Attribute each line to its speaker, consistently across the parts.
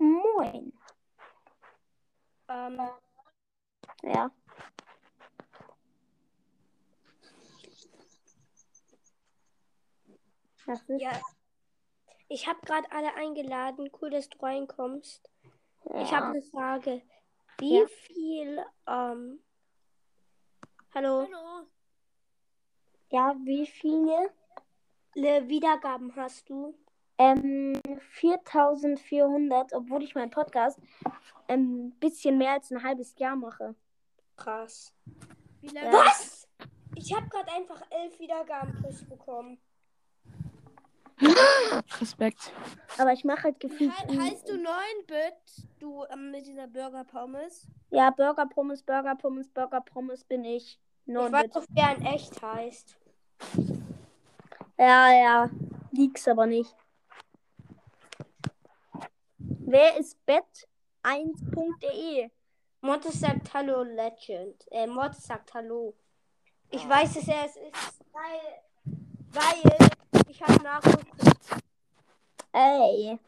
Speaker 1: Ähm,
Speaker 2: Name. Ja. Was ist?
Speaker 1: Ja. Ich habe gerade alle eingeladen. Cool, dass du reinkommst. Ich
Speaker 2: Ja.
Speaker 1: habe eine Frage. Wie
Speaker 2: Ja.
Speaker 1: viel, ähm, hallo,
Speaker 3: Hallo.
Speaker 2: ja, wie viele?
Speaker 1: le Wiedergaben hast du?
Speaker 2: Ähm, 4400, obwohl ich meinen Podcast ein bisschen mehr als ein halbes Jahr mache.
Speaker 1: Krass.
Speaker 3: Wie lange?
Speaker 2: Ja.
Speaker 1: Was? Ich habe gerade einfach elf Wiedergaben plus bekommen.
Speaker 4: Respekt.
Speaker 2: Aber ich mache halt
Speaker 3: He
Speaker 2: gefühlt.
Speaker 3: heißt du 9-Bit?
Speaker 1: Du ähm, mit dieser Burger-Pommes?
Speaker 2: Ja, Burger, Pommes, Burger, Pommes, Burger, Pommes bin ich.
Speaker 1: Ich
Speaker 2: Non
Speaker 1: weiß doch, wer in echt heißt.
Speaker 2: Ja, ja. Liegt's aber nicht. Wer ist bet1.de?
Speaker 1: Mortis sagt Hallo Legend. Äh, Mortis sagt Hallo. Ich weiß, dass er es ist, weil, weil ich habe nachgeguckt.
Speaker 2: Ey.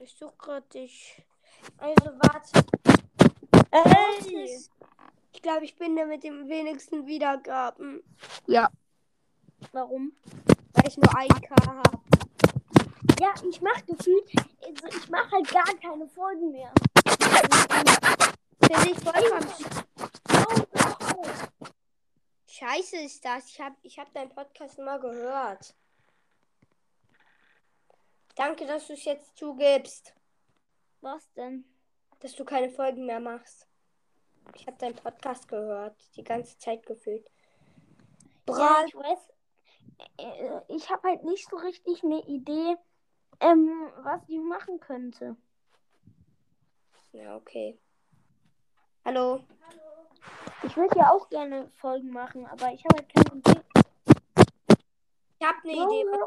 Speaker 1: Ich suche gerade dich. Also warte.
Speaker 2: Ey.
Speaker 1: Mortis. Ich glaube, ich bin der mit dem wenigsten Wiedergaben,
Speaker 2: Warum?
Speaker 1: weil ich nur 1K habe.
Speaker 2: Ja, ich mache gefühlt, also ich mache halt gar keine Folgen mehr.
Speaker 1: Finde ich vollkommen. Scheiße ist das. Ich habe ich hab deinen Podcast mal gehört. Danke, dass du es jetzt zugibst.
Speaker 2: Was denn?
Speaker 1: dass du keine Folgen mehr machst. Ich habe deinen Podcast gehört, die ganze Zeit gefühlt.
Speaker 2: Ja,
Speaker 1: Brav,
Speaker 2: ich weiß. äh, Ich habe halt nicht so richtig eine Idee, ähm, was ich machen könnte.
Speaker 1: ja, okay. Hallo.
Speaker 2: Ich würde ja auch gerne Folgen machen, aber ich habe halt keine Idee.
Speaker 1: Ich habe
Speaker 3: ne
Speaker 1: eine Idee.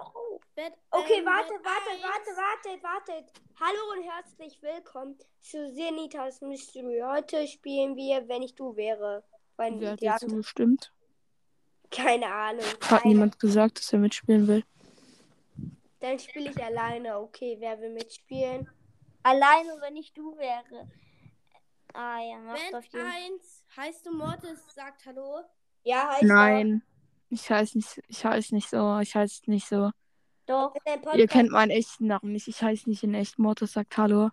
Speaker 3: Bet
Speaker 1: Okay,
Speaker 3: ähm,
Speaker 1: warte,
Speaker 3: Bet
Speaker 1: warte,
Speaker 3: eins.
Speaker 1: warte, wartet, wartet. Hallo und herzlich willkommen zu Senitas Mystery. Heute spielen wir, wenn ich du wäre. Mein
Speaker 4: Wer hat
Speaker 1: ja,
Speaker 4: halt jetzt zugestimmt?
Speaker 1: keine Ahnung.
Speaker 4: Hat niemand gesagt, dass er mitspielen will.
Speaker 1: Dann spiele ich alleine. Okay, wer will mitspielen?
Speaker 2: Alleine, wenn ich du wäre. Ah ja, macht auf
Speaker 3: Bet
Speaker 2: jeden Fall.
Speaker 3: 1. Heißt du Mortis? Sagt Hallo.
Speaker 1: Ja, heißt
Speaker 4: Nein. Ich heiße nicht, ich heiße nicht so, ich heiße nicht so.
Speaker 2: Doch,
Speaker 1: Dein
Speaker 4: Ihr
Speaker 1: Podcast,
Speaker 4: kennt meinen echten Namen nicht. Ich heiße nicht in echt Mortis sagt Hallo.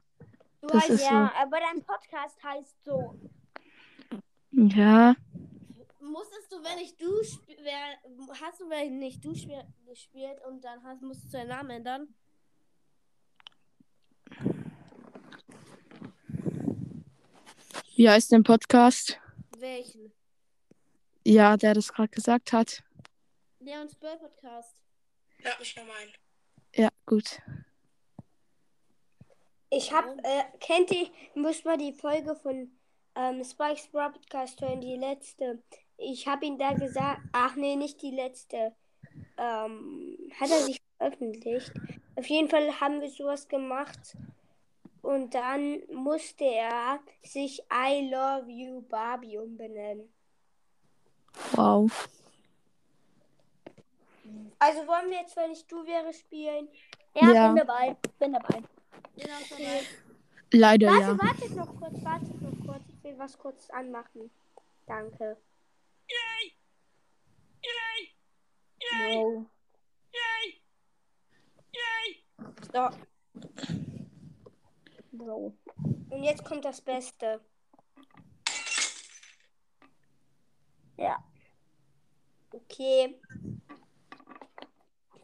Speaker 1: du
Speaker 4: das
Speaker 1: heißt
Speaker 4: ist
Speaker 2: ja, aber dein Podcast heißt so.
Speaker 4: Ja.
Speaker 3: Musstest du, wenn ich du sp- wer, hast du, wenn nicht du spiel- gespielt und dann hast, musstest du deinen Namen ändern?
Speaker 4: Wie heißt dein Podcast?
Speaker 3: Welchen?
Speaker 4: Ja, der das gerade gesagt hat.
Speaker 3: Leons Bird Podcast.
Speaker 4: Ja, gut.
Speaker 1: Ich hab, äh, kennt ihr, müsst mal die Folge von ähm, Spikes Podcast hören, die letzte. Ich hab ihn da gesagt, ach nee, nicht die letzte. Ähm, hat er sich veröffentlicht. Auf jeden Fall haben wir sowas gemacht. Und dann musste er sich I Love You Barbie umbenennen.
Speaker 4: Wow.
Speaker 1: Also wollen wir jetzt, wenn ich du wäre, spielen?
Speaker 2: Ja,
Speaker 4: Ja.
Speaker 2: bin dabei. Bin dabei.
Speaker 4: Leider
Speaker 1: Warte,
Speaker 4: ja.
Speaker 1: wartet noch kurz, wartet noch kurz. Ich will was kurz anmachen. Danke.
Speaker 2: Wow.
Speaker 1: So,
Speaker 2: Wow.
Speaker 1: und jetzt kommt das Beste.
Speaker 2: Ja.
Speaker 1: Okay.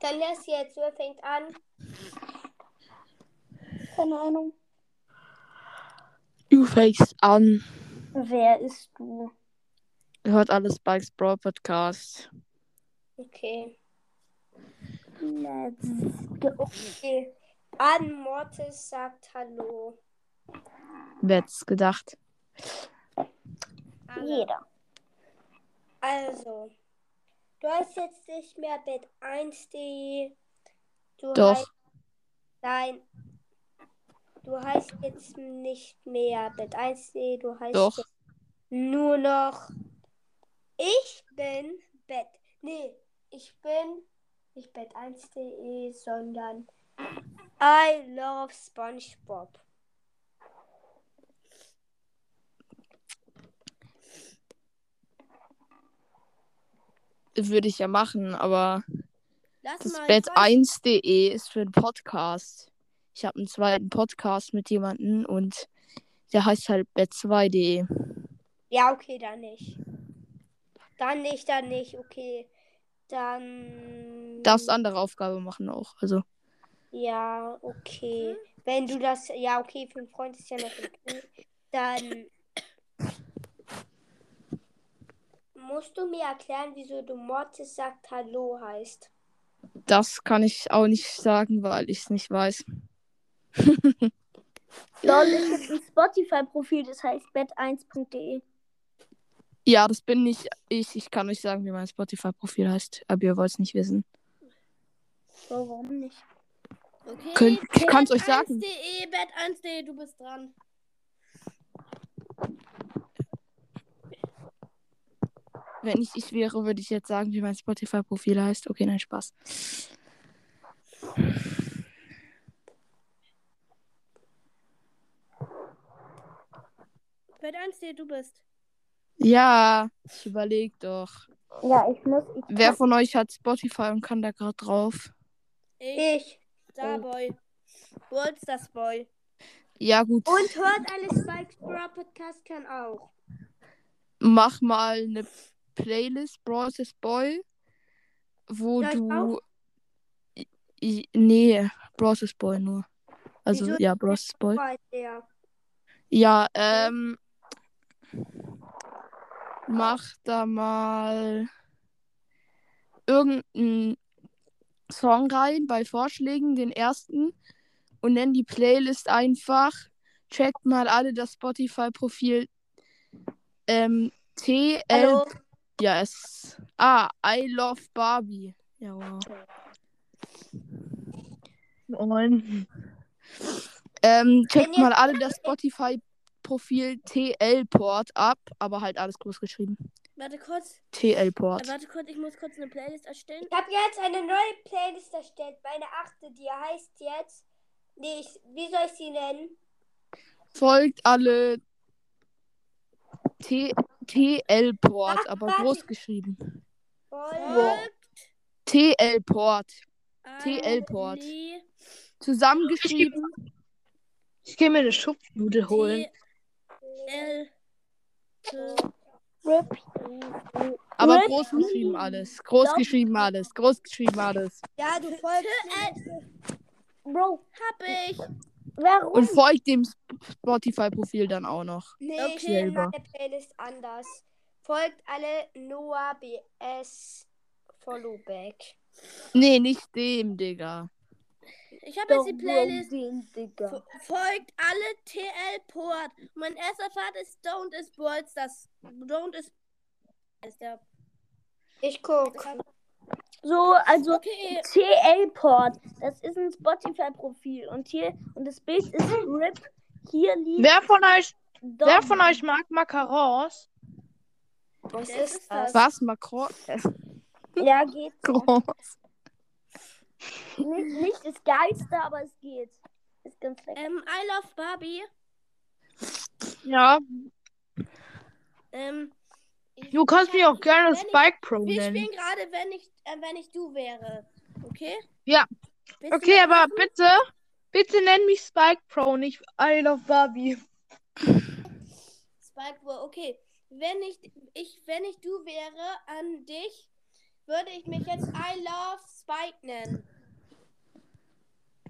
Speaker 1: Dann lass jetzt, wer fängt an?
Speaker 2: Keine Ahnung.
Speaker 4: Du fängst an.
Speaker 2: Wer ist du?
Speaker 4: Hört alles Bikes Brawl Podcast.
Speaker 1: Okay.
Speaker 2: Let's go.
Speaker 1: okay. An Mortis sagt Hallo.
Speaker 4: Wer hätte es gedacht?
Speaker 2: Jeder.
Speaker 1: Also, du heißt jetzt nicht mehr bet1.de. Du
Speaker 4: Doch.
Speaker 1: heißt- nein. Du heißt jetzt nicht mehr bet1.de. Du heißt
Speaker 4: Doch.
Speaker 1: jetzt nur noch. Ich bin bet. Nee, ich bin nicht bet1.de, sondern I love SpongeBob.
Speaker 4: würde ich ja machen, aber
Speaker 1: Oh
Speaker 3: Lass
Speaker 4: das
Speaker 3: mal.
Speaker 4: Bett
Speaker 3: voll-
Speaker 4: 1.de ist für einen Podcast. Ich habe einen zweiten Podcast mit jemandem und der heißt halt Bett 2.de.
Speaker 1: Ja, okay, dann nicht. Dann nicht, dann nicht, okay. Dann.
Speaker 4: Darfst andere Aufgabe machen auch. Also,
Speaker 1: Ja, okay. Wenn du das. Ja, okay, für einen Freund ist ja noch okay. Dann. Musst du mir erklären, wieso du Mortis sagt Hallo heißt?
Speaker 4: das kann ich auch nicht sagen, weil ich es nicht weiß.
Speaker 2: Lol, es gibt ein Spotify-Profil, das heißt bett1.de.
Speaker 4: Ja, das bin nicht ich. Ich kann euch sagen, wie mein Spotify-Profil heißt, aber ihr wollt es nicht wissen.
Speaker 2: So, warum nicht?
Speaker 3: Okay.
Speaker 4: Könnt, ich kann's euch sagen.
Speaker 3: Bet1.de, Bet1.de, E, du bist dran.
Speaker 4: Wenn ich ich wäre, würde ich jetzt sagen, wie mein Spotify-Profil heißt. Okay, nein, Spaß.
Speaker 3: Bet1.de, E, du bist.
Speaker 4: Ja, ich überleg doch.
Speaker 2: Ja, ich muss. Ich
Speaker 4: Wer von euch hat Spotify und kann da gerade drauf?
Speaker 3: Ich,
Speaker 1: Ich.
Speaker 3: Starboy. Wolf, das Boy.
Speaker 4: Ja, gut.
Speaker 1: Und hört alle Spikes Bra Podcast kann auch.
Speaker 4: Mach mal eine Playlist, Brawl is Boy, wo
Speaker 1: Ja, ich
Speaker 4: du. I- I- Nee, Brawl is Boy nur. Also,
Speaker 1: Wieso?
Speaker 4: ja, Brawl is Boy.
Speaker 1: Weiß der.
Speaker 4: Ja, ähm. Mach da mal irgendeinen Song rein bei Vorschlägen, den ersten, und nenn die Playlist einfach. Checkt mal alle das Spotify-Profil ähm, TL.
Speaker 1: Hallo.
Speaker 4: Ja, es. Ah, I love Barbie. Ja, wow. Moin. Ähm,
Speaker 1: Wenn
Speaker 4: checkt
Speaker 1: ihr-
Speaker 4: mal alle das Spotify-Profil TL-Port ab, aber halt alles groß geschrieben.
Speaker 3: Warte kurz. Äh,
Speaker 4: TL-Port.
Speaker 3: warte kurz, ich muss kurz eine Playlist erstellen.
Speaker 1: Ich habe jetzt eine neue Playlist erstellt, meine achte, die heißt jetzt. Nee, ich, wie soll ich sie nennen?
Speaker 4: Folgt alle T- TL-Port,
Speaker 1: Ach,
Speaker 4: aber
Speaker 1: warte.
Speaker 4: groß geschrieben.
Speaker 1: Voll.
Speaker 4: TL-Port.
Speaker 3: Alle
Speaker 4: TL-Port. Zusammengeschrieben.
Speaker 5: Ich gehe mir eine Schupfnudel holen.
Speaker 3: TL.
Speaker 4: Aber
Speaker 2: What?
Speaker 4: groß geschrieben alles. Groß geschrieben alles. Groß geschrieben alles.
Speaker 1: Ja, du folgst. mir.
Speaker 2: Bro,
Speaker 3: Hab ich.
Speaker 2: warum?
Speaker 3: Oh.
Speaker 4: Und folgt dem Sp- Spotify-Profil dann auch noch.
Speaker 1: Nee, ich
Speaker 3: Okay.
Speaker 1: nenne meine Playlist anders. Folgt alle Noah BS Followback.
Speaker 4: Nee, nicht dem, Digga.
Speaker 3: Ich habe jetzt die Playlist.
Speaker 2: Digga.
Speaker 3: F- Folgt alle TL-Port. Mein erster Part ist Don't is Balls. Das Don't is. Ist der.
Speaker 1: Ich guck.
Speaker 2: So, also
Speaker 3: Okay.
Speaker 2: TL-Port, das ist ein Spotify-Profil. Und hier, und das Bild ist RIP. Hier liegt
Speaker 5: Wer von euch,
Speaker 2: Dom.
Speaker 5: wer von euch mag Macarons?
Speaker 1: Was
Speaker 3: Das
Speaker 1: ist
Speaker 3: ist das.
Speaker 1: das?
Speaker 4: Was? Macron?
Speaker 2: Ja, geht.
Speaker 4: Macron.
Speaker 2: Nicht, nicht das Geilste, aber es geht. Ist ganz lecker.
Speaker 3: Ähm, I love Barbie.
Speaker 5: Ja,
Speaker 3: Ähm, ich-
Speaker 5: du kannst mich auch gerne
Speaker 3: Wenn ich-
Speaker 5: Spike Pro
Speaker 3: Wir
Speaker 5: nennen.
Speaker 3: spielen gerade, wenn ich, äh, wenn ich du wäre. Okay?
Speaker 5: Ja.
Speaker 3: Bist du
Speaker 5: Okay,
Speaker 3: mit
Speaker 5: aber
Speaker 3: drauf?
Speaker 5: bitte, bitte nenn mich Spike Pro, nicht I Love Barbie.
Speaker 3: Spike Ball, okay. Wenn ich, ich, wenn ich du wäre an dich, würde ich mich jetzt I love Spike nennen.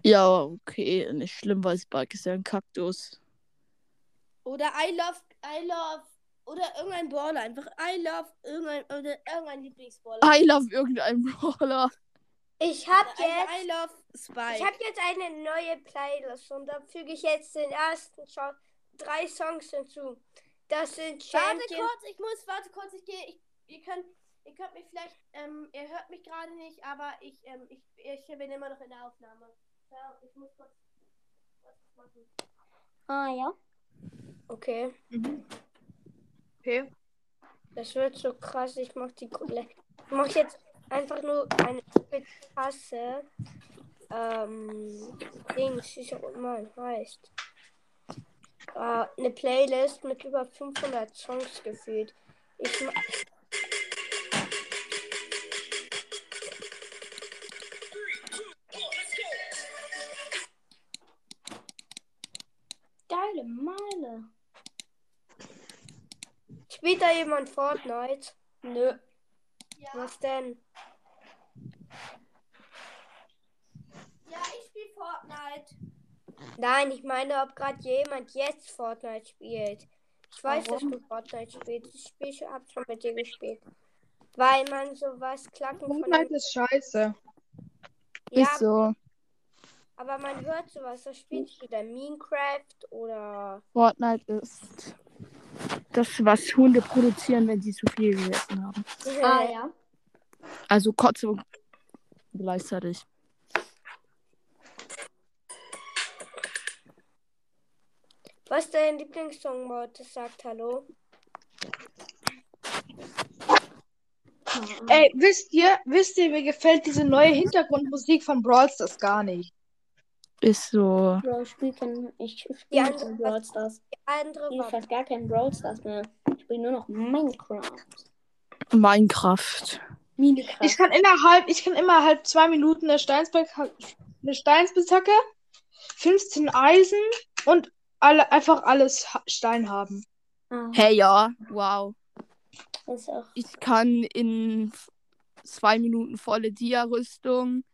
Speaker 4: Ja, okay. Nicht schlimm, weil Spike ist ja ein Kaktus.
Speaker 3: Oder I love, I love, oder irgendein Baller. Einfach I love irgendein, oder irgendein Lieblingsballer.
Speaker 4: I love irgendein Brawler.
Speaker 1: Ich habe
Speaker 3: Also
Speaker 1: jetzt.
Speaker 3: I love
Speaker 1: Ich
Speaker 3: Spike.
Speaker 1: habe jetzt eine neue Playlist und da füge ich jetzt den ersten Song, drei Songs hinzu. Das sind
Speaker 3: Warte
Speaker 1: Champion.
Speaker 3: kurz, ich muss, warte kurz, ich gehe, ich, ihr könnt, ihr könnt mich vielleicht, ähm, ihr hört mich gerade nicht, aber ich, ähm, ich, ich bin immer noch in der Aufnahme. Ja, ich muss kurz was machen.
Speaker 2: Ah, ja.
Speaker 1: Okay,
Speaker 5: Okay.
Speaker 1: das wird so krass. Ich mach die Kule. Ich mach jetzt einfach nur eine Tasse. Ähm, Dings, wie es auch immer heißt. Äh, eine Playlist mit über 500 Songs gefühlt. Ich, ma- Spielt da jemand Fortnite? Nö.
Speaker 3: Ja,
Speaker 1: Was denn?
Speaker 3: ja ich spiele Fortnite.
Speaker 1: Nein, ich meine, ob gerade jemand jetzt Fortnite spielt. Ich weiß, dass du Fortnite spielst. Ich spiel, schon- hab schon mit dir gespielt. Weil man sowas klacken von
Speaker 5: Fortnite ist scheiße.
Speaker 1: Ja,
Speaker 4: Ist so.
Speaker 1: aber man hört sowas. Das spielst du dann Minecraft oder.
Speaker 4: Fortnite ist das, was Hunde produzieren, wenn sie zu viel gegessen haben.
Speaker 3: Ah, ja.
Speaker 4: Also Kotze und gleichzeitig.
Speaker 1: Was ist dein Lieblingssong, Maud? Das sagt Hallo.
Speaker 3: Mhm.
Speaker 5: Ey, wisst ihr, wisst ihr, mir gefällt diese neue Hintergrundmusik von Brawl Stars gar nicht.
Speaker 4: Ist so.
Speaker 2: Bro, ich spiele kein, ich
Speaker 1: Die
Speaker 2: spiel
Speaker 1: andere-
Speaker 2: kein Brawl Stars.
Speaker 1: Die andere
Speaker 2: Ich spiele
Speaker 1: war.
Speaker 2: fast gar kein Brawl Stars mehr. Ich spiele nur noch Minecraft.
Speaker 4: Minecraft.
Speaker 5: Ich
Speaker 2: Minecraft.
Speaker 5: kann innerhalb, ich kann innerhalb zwei Minuten eine, Steinsbe eine Steinsbissacke, 15 Eisen und alle, einfach alles ha- Stein haben.
Speaker 2: Ah,
Speaker 4: Hey ja, wow.
Speaker 2: ist auch.
Speaker 4: Ich kann in f- zwei Minuten volle Dia-Rüstung,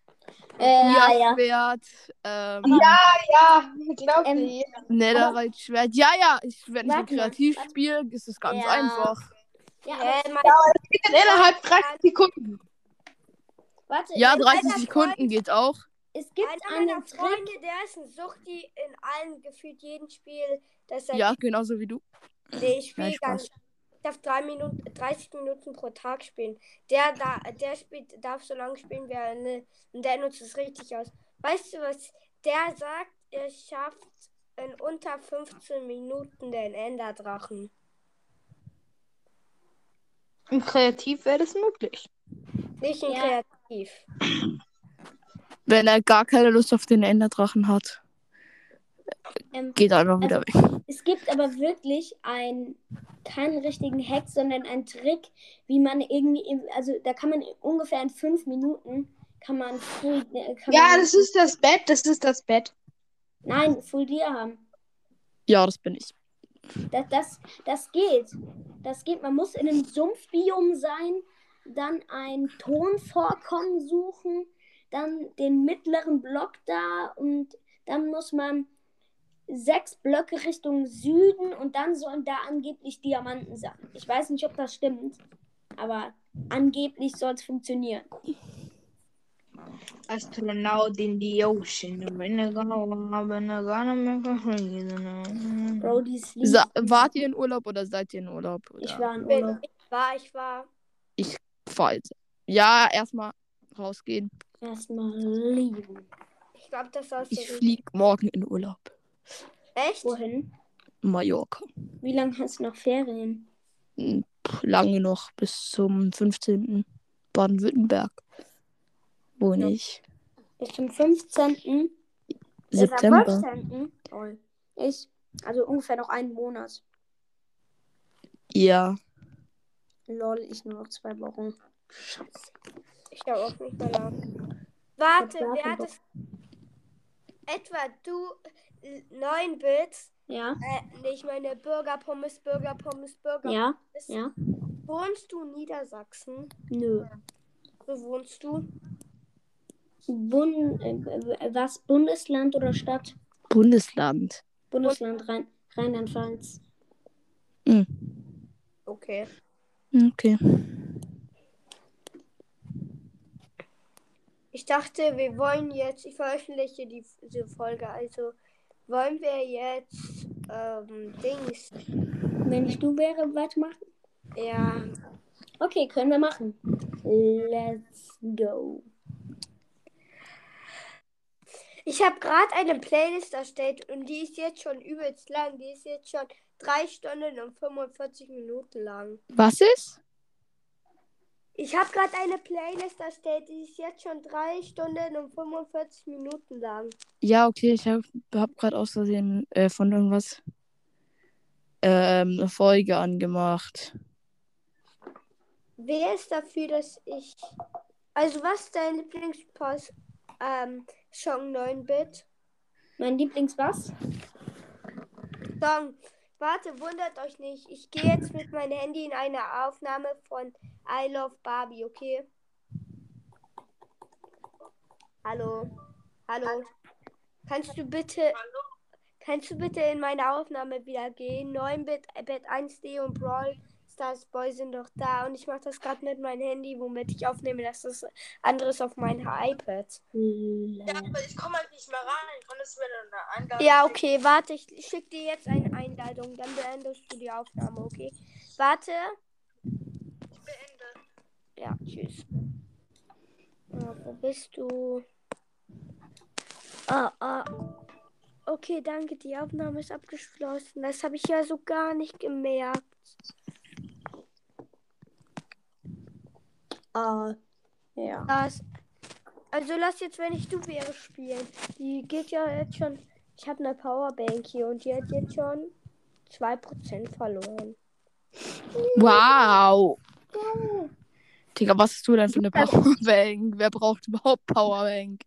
Speaker 2: Äh, ja, ja.
Speaker 4: Dia-Schwert, ähm,
Speaker 5: Ja, glaubt
Speaker 2: Ähm,
Speaker 5: ihr.
Speaker 4: Netherite-Schwert. Ja, ja, ich, wenn ich so
Speaker 2: Warte mal,
Speaker 4: kreativ
Speaker 2: warte.
Speaker 4: spiele, ist es ganz
Speaker 2: Ja.
Speaker 4: einfach.
Speaker 2: Ja, aber,
Speaker 1: Hä, mein-
Speaker 5: Ich kann innerhalb 30 Sekunden.
Speaker 2: warte,
Speaker 4: Ja,
Speaker 2: es-
Speaker 4: 30
Speaker 1: meiner
Speaker 4: Sekunden geht auch.
Speaker 2: es gibt
Speaker 1: Einer meiner
Speaker 2: einen Trick.
Speaker 1: Freunde, der ist ein Suchti in allen, gefühlt jedem Spiel, dass er
Speaker 4: Ja, genauso wie du.
Speaker 1: Nee, ich spiele
Speaker 4: Nein,
Speaker 1: ganz. Ich darf drei Minuten, 30 Minuten pro Tag spielen. Der da, der spielt, darf so lange spielen, wie er will. Und der nutzt es richtig aus. Weißt du was? Der sagt, er schafft in unter 15 Minuten den Enderdrachen.
Speaker 5: Und kreativ wäre das möglich.
Speaker 1: Nicht in
Speaker 2: Ja.
Speaker 1: kreativ.
Speaker 4: Wenn er gar keine Lust auf den Enderdrachen hat,
Speaker 2: Ähm,
Speaker 4: geht er einfach wieder weg.
Speaker 2: es gibt aber wirklich ein, keinen richtigen Hack, sondern einen Trick, wie man irgendwie, im- also da kann man ungefähr in fünf Minuten kann man Full, äh, kann
Speaker 5: Ja,
Speaker 2: man,
Speaker 5: das ist das Bett, das ist das Bett.
Speaker 2: nein, Full Deer haben.
Speaker 4: Ja, das bin ich.
Speaker 2: Das, das, das geht. Das geht. Man muss in einem Sumpfbiom sein, dann ein Tonvorkommen suchen, dann den mittleren Block da und dann muss man sechs Blöcke Richtung Süden und dann sollen da angeblich Diamanten sein. Ich weiß nicht, ob das stimmt, aber angeblich soll es funktionieren.
Speaker 5: Astronaut in the ocean. Wenn er genau war, wenn er gar nicht mehr verfliegen.
Speaker 2: Bro, die ist lieb.
Speaker 4: Sa wart ihr in Urlaub oder seid ihr in Urlaub? Oder?
Speaker 2: Ich war in
Speaker 1: Bin,
Speaker 2: Urlaub.
Speaker 1: ich war, ich war.
Speaker 4: Falls. Ja, erstmal rausgehen.
Speaker 2: Erstmal lieben.
Speaker 1: Ich glaube, das war so.
Speaker 4: Ich flieg morgen in Urlaub.
Speaker 1: Echt?
Speaker 2: Wohin?
Speaker 4: Mallorca.
Speaker 2: Wie lange hast du noch Ferien?
Speaker 4: Hm, pff, Lange noch bis zum 15. Baden-Württemberg. Wo
Speaker 2: Ja.
Speaker 4: nicht?
Speaker 2: Bis zum 15. Bis am
Speaker 4: September.
Speaker 2: 15.. Hm, Ich, also ungefähr noch einen Monat.
Speaker 4: Ja.
Speaker 2: Lol, ich nur noch zwei Wochen. Scheiße.
Speaker 1: Ich habe auch nicht mehr lang. Warte,
Speaker 2: Ich hab
Speaker 1: wer hat
Speaker 2: Bock.
Speaker 1: es? Etwa du, 9 Bits.
Speaker 2: Ja,
Speaker 1: Äh, nee, ich meine Bürgerpommes, Bürgerpommes, Bürgerpommes.
Speaker 2: ja, ja.
Speaker 1: Wohnst du in Niedersachsen?
Speaker 2: Nö.
Speaker 1: Wo wohnst du?
Speaker 2: Bun äh, was? Bundesland oder Stadt?
Speaker 4: Bundesland.
Speaker 2: Bundesland Rhein Rheinland-Pfalz.
Speaker 1: Okay.
Speaker 4: Okay.
Speaker 1: Ich dachte, wir wollen jetzt, ich veröffentliche die, diese Folge, also wollen wir jetzt ähm, Dings.
Speaker 2: Wenn ich du wäre, weitermachen?
Speaker 1: Ja.
Speaker 2: Okay, können wir machen. Let's go.
Speaker 1: Ich habe gerade eine Playlist erstellt und die ist jetzt schon übelst lang. Die ist jetzt schon 3 Stunden und 45 Minuten lang.
Speaker 4: Was ist?
Speaker 1: Ich habe gerade eine Playlist erstellt, die ist jetzt schon 3 Stunden und 45 Minuten lang.
Speaker 4: Ja, okay, ich habe hab, hab gerade aus Versehen äh, von irgendwas ähm, eine Folge angemacht.
Speaker 1: Wer ist dafür, dass ich. Also, was ist dein Lieblingspost? Ähm, Song 9-Bit?
Speaker 2: Mein Lieblingswas?
Speaker 1: Song. Warte, wundert euch nicht. Ich gehe jetzt mit meinem Handy in eine Aufnahme von I Love Barbie, okay? Hallo. Hallo. Kannst du bitte Kannst du bitte in meine Aufnahme wieder gehen? 9-Bit, äh, Bit 1D und Brawl Stars Boy sind doch da und ich mache das gerade mit meinem Handy, womit ich aufnehme. Das ist anderes auf mein iPad.
Speaker 5: Ja, aber ich komme halt nicht mehr rein. Konntest du mir dann eine Einladung
Speaker 1: Ja, okay, warte, ich schicke dir jetzt eine Einladung, dann beendest du die Aufnahme, okay? Warte.
Speaker 5: beenden?
Speaker 1: Ja, tschüss. Ah, wo bist du? Ah, ah. Okay, danke, die Aufnahme ist abgeschlossen. Das habe ich ja so gar nicht gemerkt.
Speaker 2: Ah, ja.
Speaker 1: Das, also lass jetzt, wenn ich du wäre, spielen. Die geht ja jetzt schon. Ich habe eine Powerbank hier und die hat jetzt schon 2% verloren.
Speaker 4: Wow. Digga, was hast du denn für eine Powerbank? Wer braucht überhaupt Powerbank?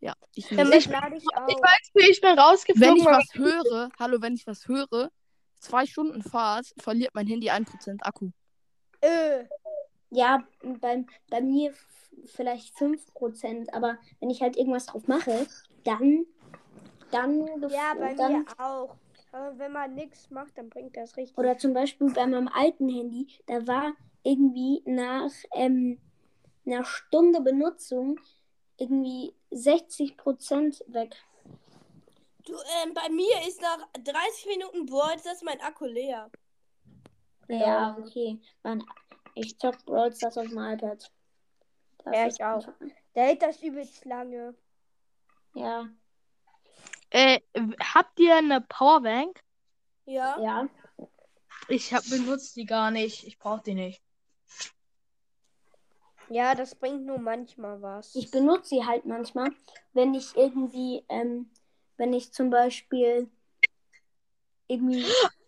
Speaker 4: Ja, ich nicht.
Speaker 1: Damit lade ich
Speaker 5: Ich
Speaker 1: auf.
Speaker 5: weiß nicht, ich bin
Speaker 4: Wenn
Speaker 5: rausgeflogen.
Speaker 4: ich was höre, hallo, wenn ich was höre, zwei Stunden Fahrt, verliert mein Handy 1% Akku.
Speaker 1: Äh,
Speaker 2: Ja, bei, bei mir f- vielleicht 5%, aber wenn ich halt irgendwas drauf mache, dann. dann
Speaker 1: ja, bei
Speaker 2: dann,
Speaker 1: mir auch. Aber wenn man nichts macht, dann bringt das richtig.
Speaker 2: Oder zum Beispiel bei meinem alten Handy, da war irgendwie nach ähm, einer Stunde Benutzung irgendwie 60% weg.
Speaker 3: Du, ähm, bei mir ist nach 30 Minuten Boards das mein Akku leer.
Speaker 2: Ja, okay. Mann, ich zock Brawl Stars auf dem iPad. Das
Speaker 1: Ja,
Speaker 2: ist
Speaker 1: ich auch.
Speaker 2: einfach-
Speaker 1: der hält das übelst lange.
Speaker 2: Ja,
Speaker 5: Äh, habt ihr eine Powerbank?
Speaker 3: Ja.
Speaker 2: ja.
Speaker 5: Ich hab, benutze die gar nicht. Ich brauche die nicht.
Speaker 1: Ja, das bringt nur manchmal was.
Speaker 2: Ich benutze sie halt manchmal, wenn ich irgendwie, ähm, wenn ich zum Beispiel irgendwie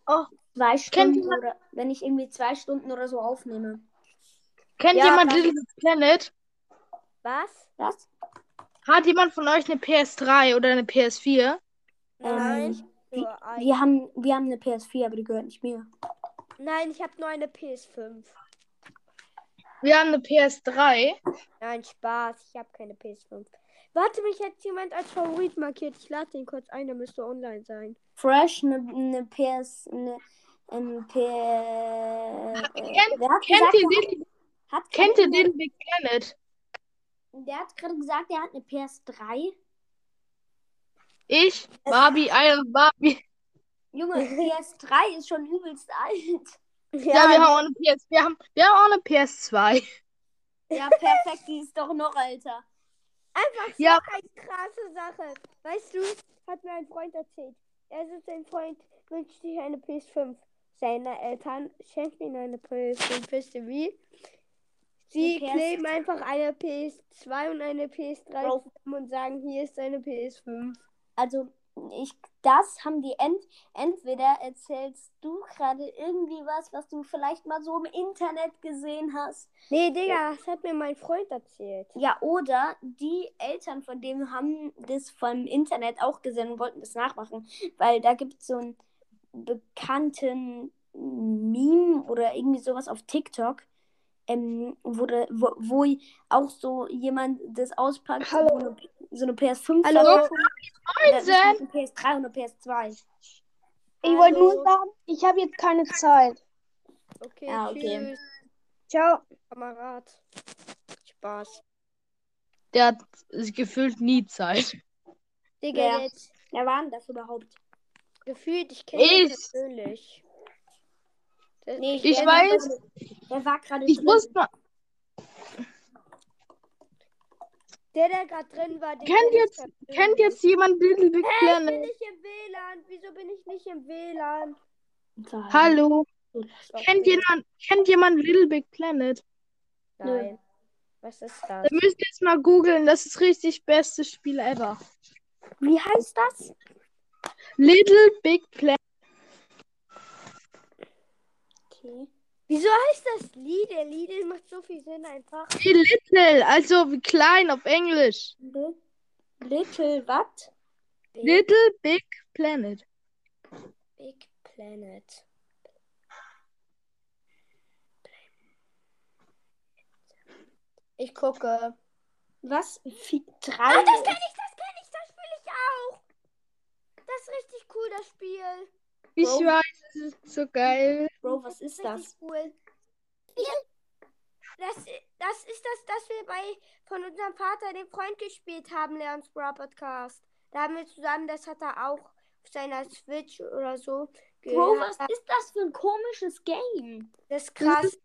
Speaker 5: Oh,
Speaker 2: zwei
Speaker 5: kennt
Speaker 2: Stunden oder wenn ich irgendwie zwei Stunden oder so aufnehme.
Speaker 5: Kennt
Speaker 1: Ja,
Speaker 5: jemand
Speaker 1: kann-
Speaker 5: Little Big Planet?
Speaker 1: was?
Speaker 2: Was?
Speaker 5: Hat jemand von euch eine PS3 oder eine PS4?
Speaker 1: Nein.
Speaker 2: Ähm,
Speaker 1: Nur ein.
Speaker 2: wir, haben, wir haben eine PS4, aber die gehört nicht mir.
Speaker 1: Nein, ich habe nur eine PS5.
Speaker 5: Wir haben eine PS3.
Speaker 1: Nein, Spaß. Ich habe keine PS5. Warte, mich hat jemand als Favorit markiert. Ich lade den kurz ein, der müsste online sein.
Speaker 2: Fresh, eine, eine PS, eine, ähm, P, äh, wer hat
Speaker 5: Kennt
Speaker 2: gesagt,
Speaker 5: ihr,
Speaker 2: er hat-
Speaker 5: Little,
Speaker 2: hat
Speaker 5: kennt ihr
Speaker 2: keiner-
Speaker 5: Little Big Planet?
Speaker 2: Der hat gerade gesagt, er hat eine PS3.
Speaker 5: Ich, Barbie, I love Barbie.
Speaker 2: Junge, PS3 ist schon übelst alt.
Speaker 5: Ja, wir haben auch eine PS, wir haben, wir haben auch eine PS2.
Speaker 2: Ja, perfekt, die ist doch noch älter.
Speaker 1: einfach
Speaker 5: Ja.
Speaker 1: so eine krasse Sache. Weißt du, hat mir ein Freund erzählt. Er ist ein Freund, wünscht sich eine PS5. Seine Eltern schenken ihm eine PS5. Wisst ihr wie? Sie
Speaker 2: Okay.
Speaker 1: kleben einfach eine PS2 und eine PS3
Speaker 2: Drauf.
Speaker 1: zusammen und sagen, hier ist eine PS5.
Speaker 2: Also, ich, das haben die ent, entweder erzählst du gerade irgendwie was, was du vielleicht mal so im Internet gesehen hast.
Speaker 1: Nee, Digga, das hat mir mein Freund erzählt.
Speaker 2: Ja, oder die Eltern von dem haben das vom Internet auch gesehen und wollten das nachmachen, weil da gibt es so einen bekannten Meme oder irgendwie sowas auf TikTok, ähm, wo, da, wo, wo auch so jemand das auspackt, so
Speaker 1: Hallo.
Speaker 2: eine, so eine PS5
Speaker 1: Hallo.
Speaker 2: Verpackung, und dann ist
Speaker 5: Moinsen.
Speaker 2: halt eine PS3 und eine PS2.
Speaker 6: Ich wollte
Speaker 1: Hallo.
Speaker 6: nur sagen, ich habe jetzt keine Zeit.
Speaker 1: Also
Speaker 6: Ah,
Speaker 1: Okay,
Speaker 2: Ja, okay.
Speaker 1: tschüss,
Speaker 6: Ciao.
Speaker 1: Kamerad. Spaß.
Speaker 5: Der hat gefühlt nie Zeit.
Speaker 1: Digga,
Speaker 2: Ja.
Speaker 1: jetzt
Speaker 2: Wer war denn das überhaupt?
Speaker 1: gefühlt, ich kenne ihn
Speaker 5: Ich.
Speaker 1: persönlich. Das-
Speaker 2: Nee,
Speaker 5: Ich
Speaker 2: der-
Speaker 5: weiß.
Speaker 2: Der war gerade
Speaker 5: Ich
Speaker 2: drin.
Speaker 5: muss mal.
Speaker 1: Der, der gerade drin war, den
Speaker 5: Kennt
Speaker 1: kenn ich
Speaker 5: jetzt-
Speaker 1: persönlich.
Speaker 5: Kennt jetzt jemand Little Big
Speaker 1: Ich bin
Speaker 5: Planet?
Speaker 1: nicht im WLAN. Wieso bin ich nicht im WLAN?
Speaker 5: Hallo.
Speaker 1: Doch,
Speaker 5: Kennt
Speaker 1: nee.
Speaker 5: jemand, kennt jemand Little Big Planet?
Speaker 1: Nein. Was ist das?
Speaker 5: Da müsst ihr jetzt mal googeln. Das ist richtig bestes Spiel ever.
Speaker 2: Wie heißt das?
Speaker 5: Little Big Planet.
Speaker 2: Okay.
Speaker 1: Wieso heißt das Lidl? Lidl macht so viel Sinn einfach.
Speaker 5: Nee, Little, also wie klein auf Englisch.
Speaker 2: Li- Little what?
Speaker 5: Little Big Planet.
Speaker 1: Big Planet. Ich gucke.
Speaker 2: Was? Wie, drei?
Speaker 1: Ah, das kenne ich, das kenne ich, das spiele ich auch. Das ist richtig cool, das Spiel.
Speaker 5: Ich
Speaker 2: Bro.
Speaker 5: weiß, es ist so geil.
Speaker 2: Bro, was ist
Speaker 1: Richtig
Speaker 2: Hm, das?
Speaker 1: cool. Das, das ist das, das wir bei von unserem Vater den Freund gespielt haben, Leons Bra Podcast. Da haben wir zusammen, das hat er auch auf seiner Switch oder so.
Speaker 2: Bro,
Speaker 1: gehört.
Speaker 2: was ist das für ein komisches Game?
Speaker 1: Das ist krass.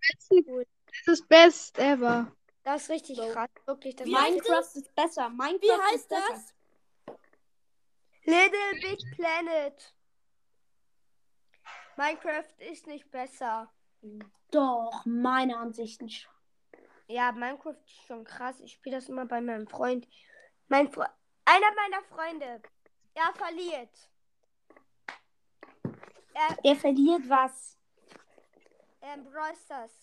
Speaker 5: Das ist best ever.
Speaker 1: Das ist richtig krass. Wirklich. Das
Speaker 2: Minecraft ist besser. Minecraft
Speaker 3: Wie heißt
Speaker 2: ist besser.
Speaker 3: das?
Speaker 1: Little Big Planet. Minecraft ist nicht besser.
Speaker 2: Doch, meiner Ansicht nach.
Speaker 1: Ja, Minecraft ist schon krass. Ich spiele das immer bei meinem Freund. Mein Fre Einer meiner Freunde. Er verliert.
Speaker 2: Der verliert was.
Speaker 1: Ähm, Brawl Stars.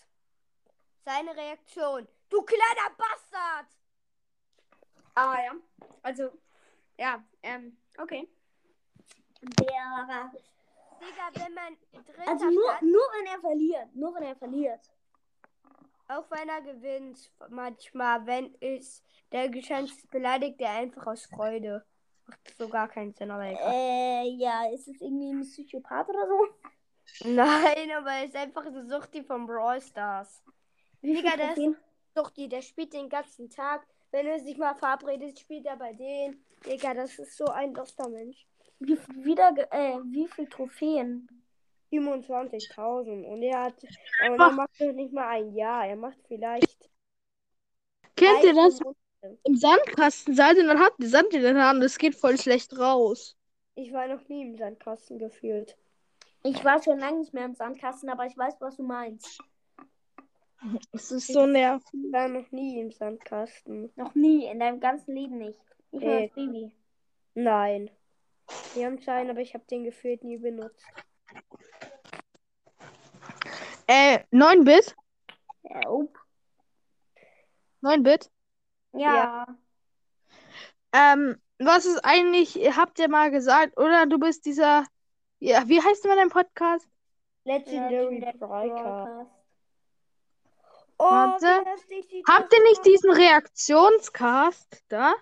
Speaker 1: Seine Reaktion. Du kleiner Bastard!
Speaker 2: Ah ja. Also, ja, ähm, okay. Der,
Speaker 1: Digga, wenn man dritter
Speaker 2: also nur,
Speaker 1: Platz,
Speaker 2: nur wenn er verliert. Nur wenn er verliert.
Speaker 1: auch wenn er gewinnt, manchmal, wenn es der Geschenk ist, beleidigt er einfach aus Freude. Macht so gar keinen Sinn, aber egal.
Speaker 2: Äh, ja, ist es irgendwie ein Psychopath oder so?
Speaker 1: Nein, aber er ist einfach so Suchti von Brawl Stars.
Speaker 2: Wie
Speaker 1: Digga,
Speaker 2: viel
Speaker 1: das-
Speaker 2: Trophäen?
Speaker 1: Suchti, der spielt den ganzen Tag. Wenn er sich mal verabredet, spielt er bei denen. Digga, das ist so ein loster Mensch.
Speaker 2: Wie, viel- wieder, ge- äh, wie viel Trophäen?
Speaker 1: 27.000 und er hat, und er macht noch nicht mal ein Jahr. Er macht vielleicht.
Speaker 5: Kennt ihr
Speaker 1: drei
Speaker 5: das?
Speaker 1: Monate.
Speaker 5: Im Sandkasten seid und man hat die Sand in den Haaren. Das geht voll schlecht raus.
Speaker 1: Ich war noch nie im Sandkasten gefühlt.
Speaker 2: Ich war schon lange nicht mehr im Sandkasten, aber ich weiß, was du meinst.
Speaker 5: Das ist so nervig.
Speaker 1: Ich war noch nie im Sandkasten.
Speaker 2: Noch nie, in deinem ganzen Leben nicht. Nicht mal
Speaker 1: Ey.
Speaker 2: als Baby.
Speaker 1: Nein. Wir haben Schein, aber ich habe den gefühlt nie benutzt.
Speaker 5: Äh, 9-Bit?
Speaker 1: äh,
Speaker 2: Ja, oh.
Speaker 5: 9-Bit?
Speaker 2: ja.
Speaker 5: Ähm, was ist eigentlich, ihr habt ja mal gesagt, oder du bist dieser, ja, wie heißt immer dein Podcast?
Speaker 1: Legendary
Speaker 2: äh, Legendary
Speaker 1: Breaker.
Speaker 2: Broadcast.
Speaker 1: Oh,
Speaker 5: Warte.
Speaker 1: wie heftig die
Speaker 5: Habt ihr nicht diesen Reaktionscast da?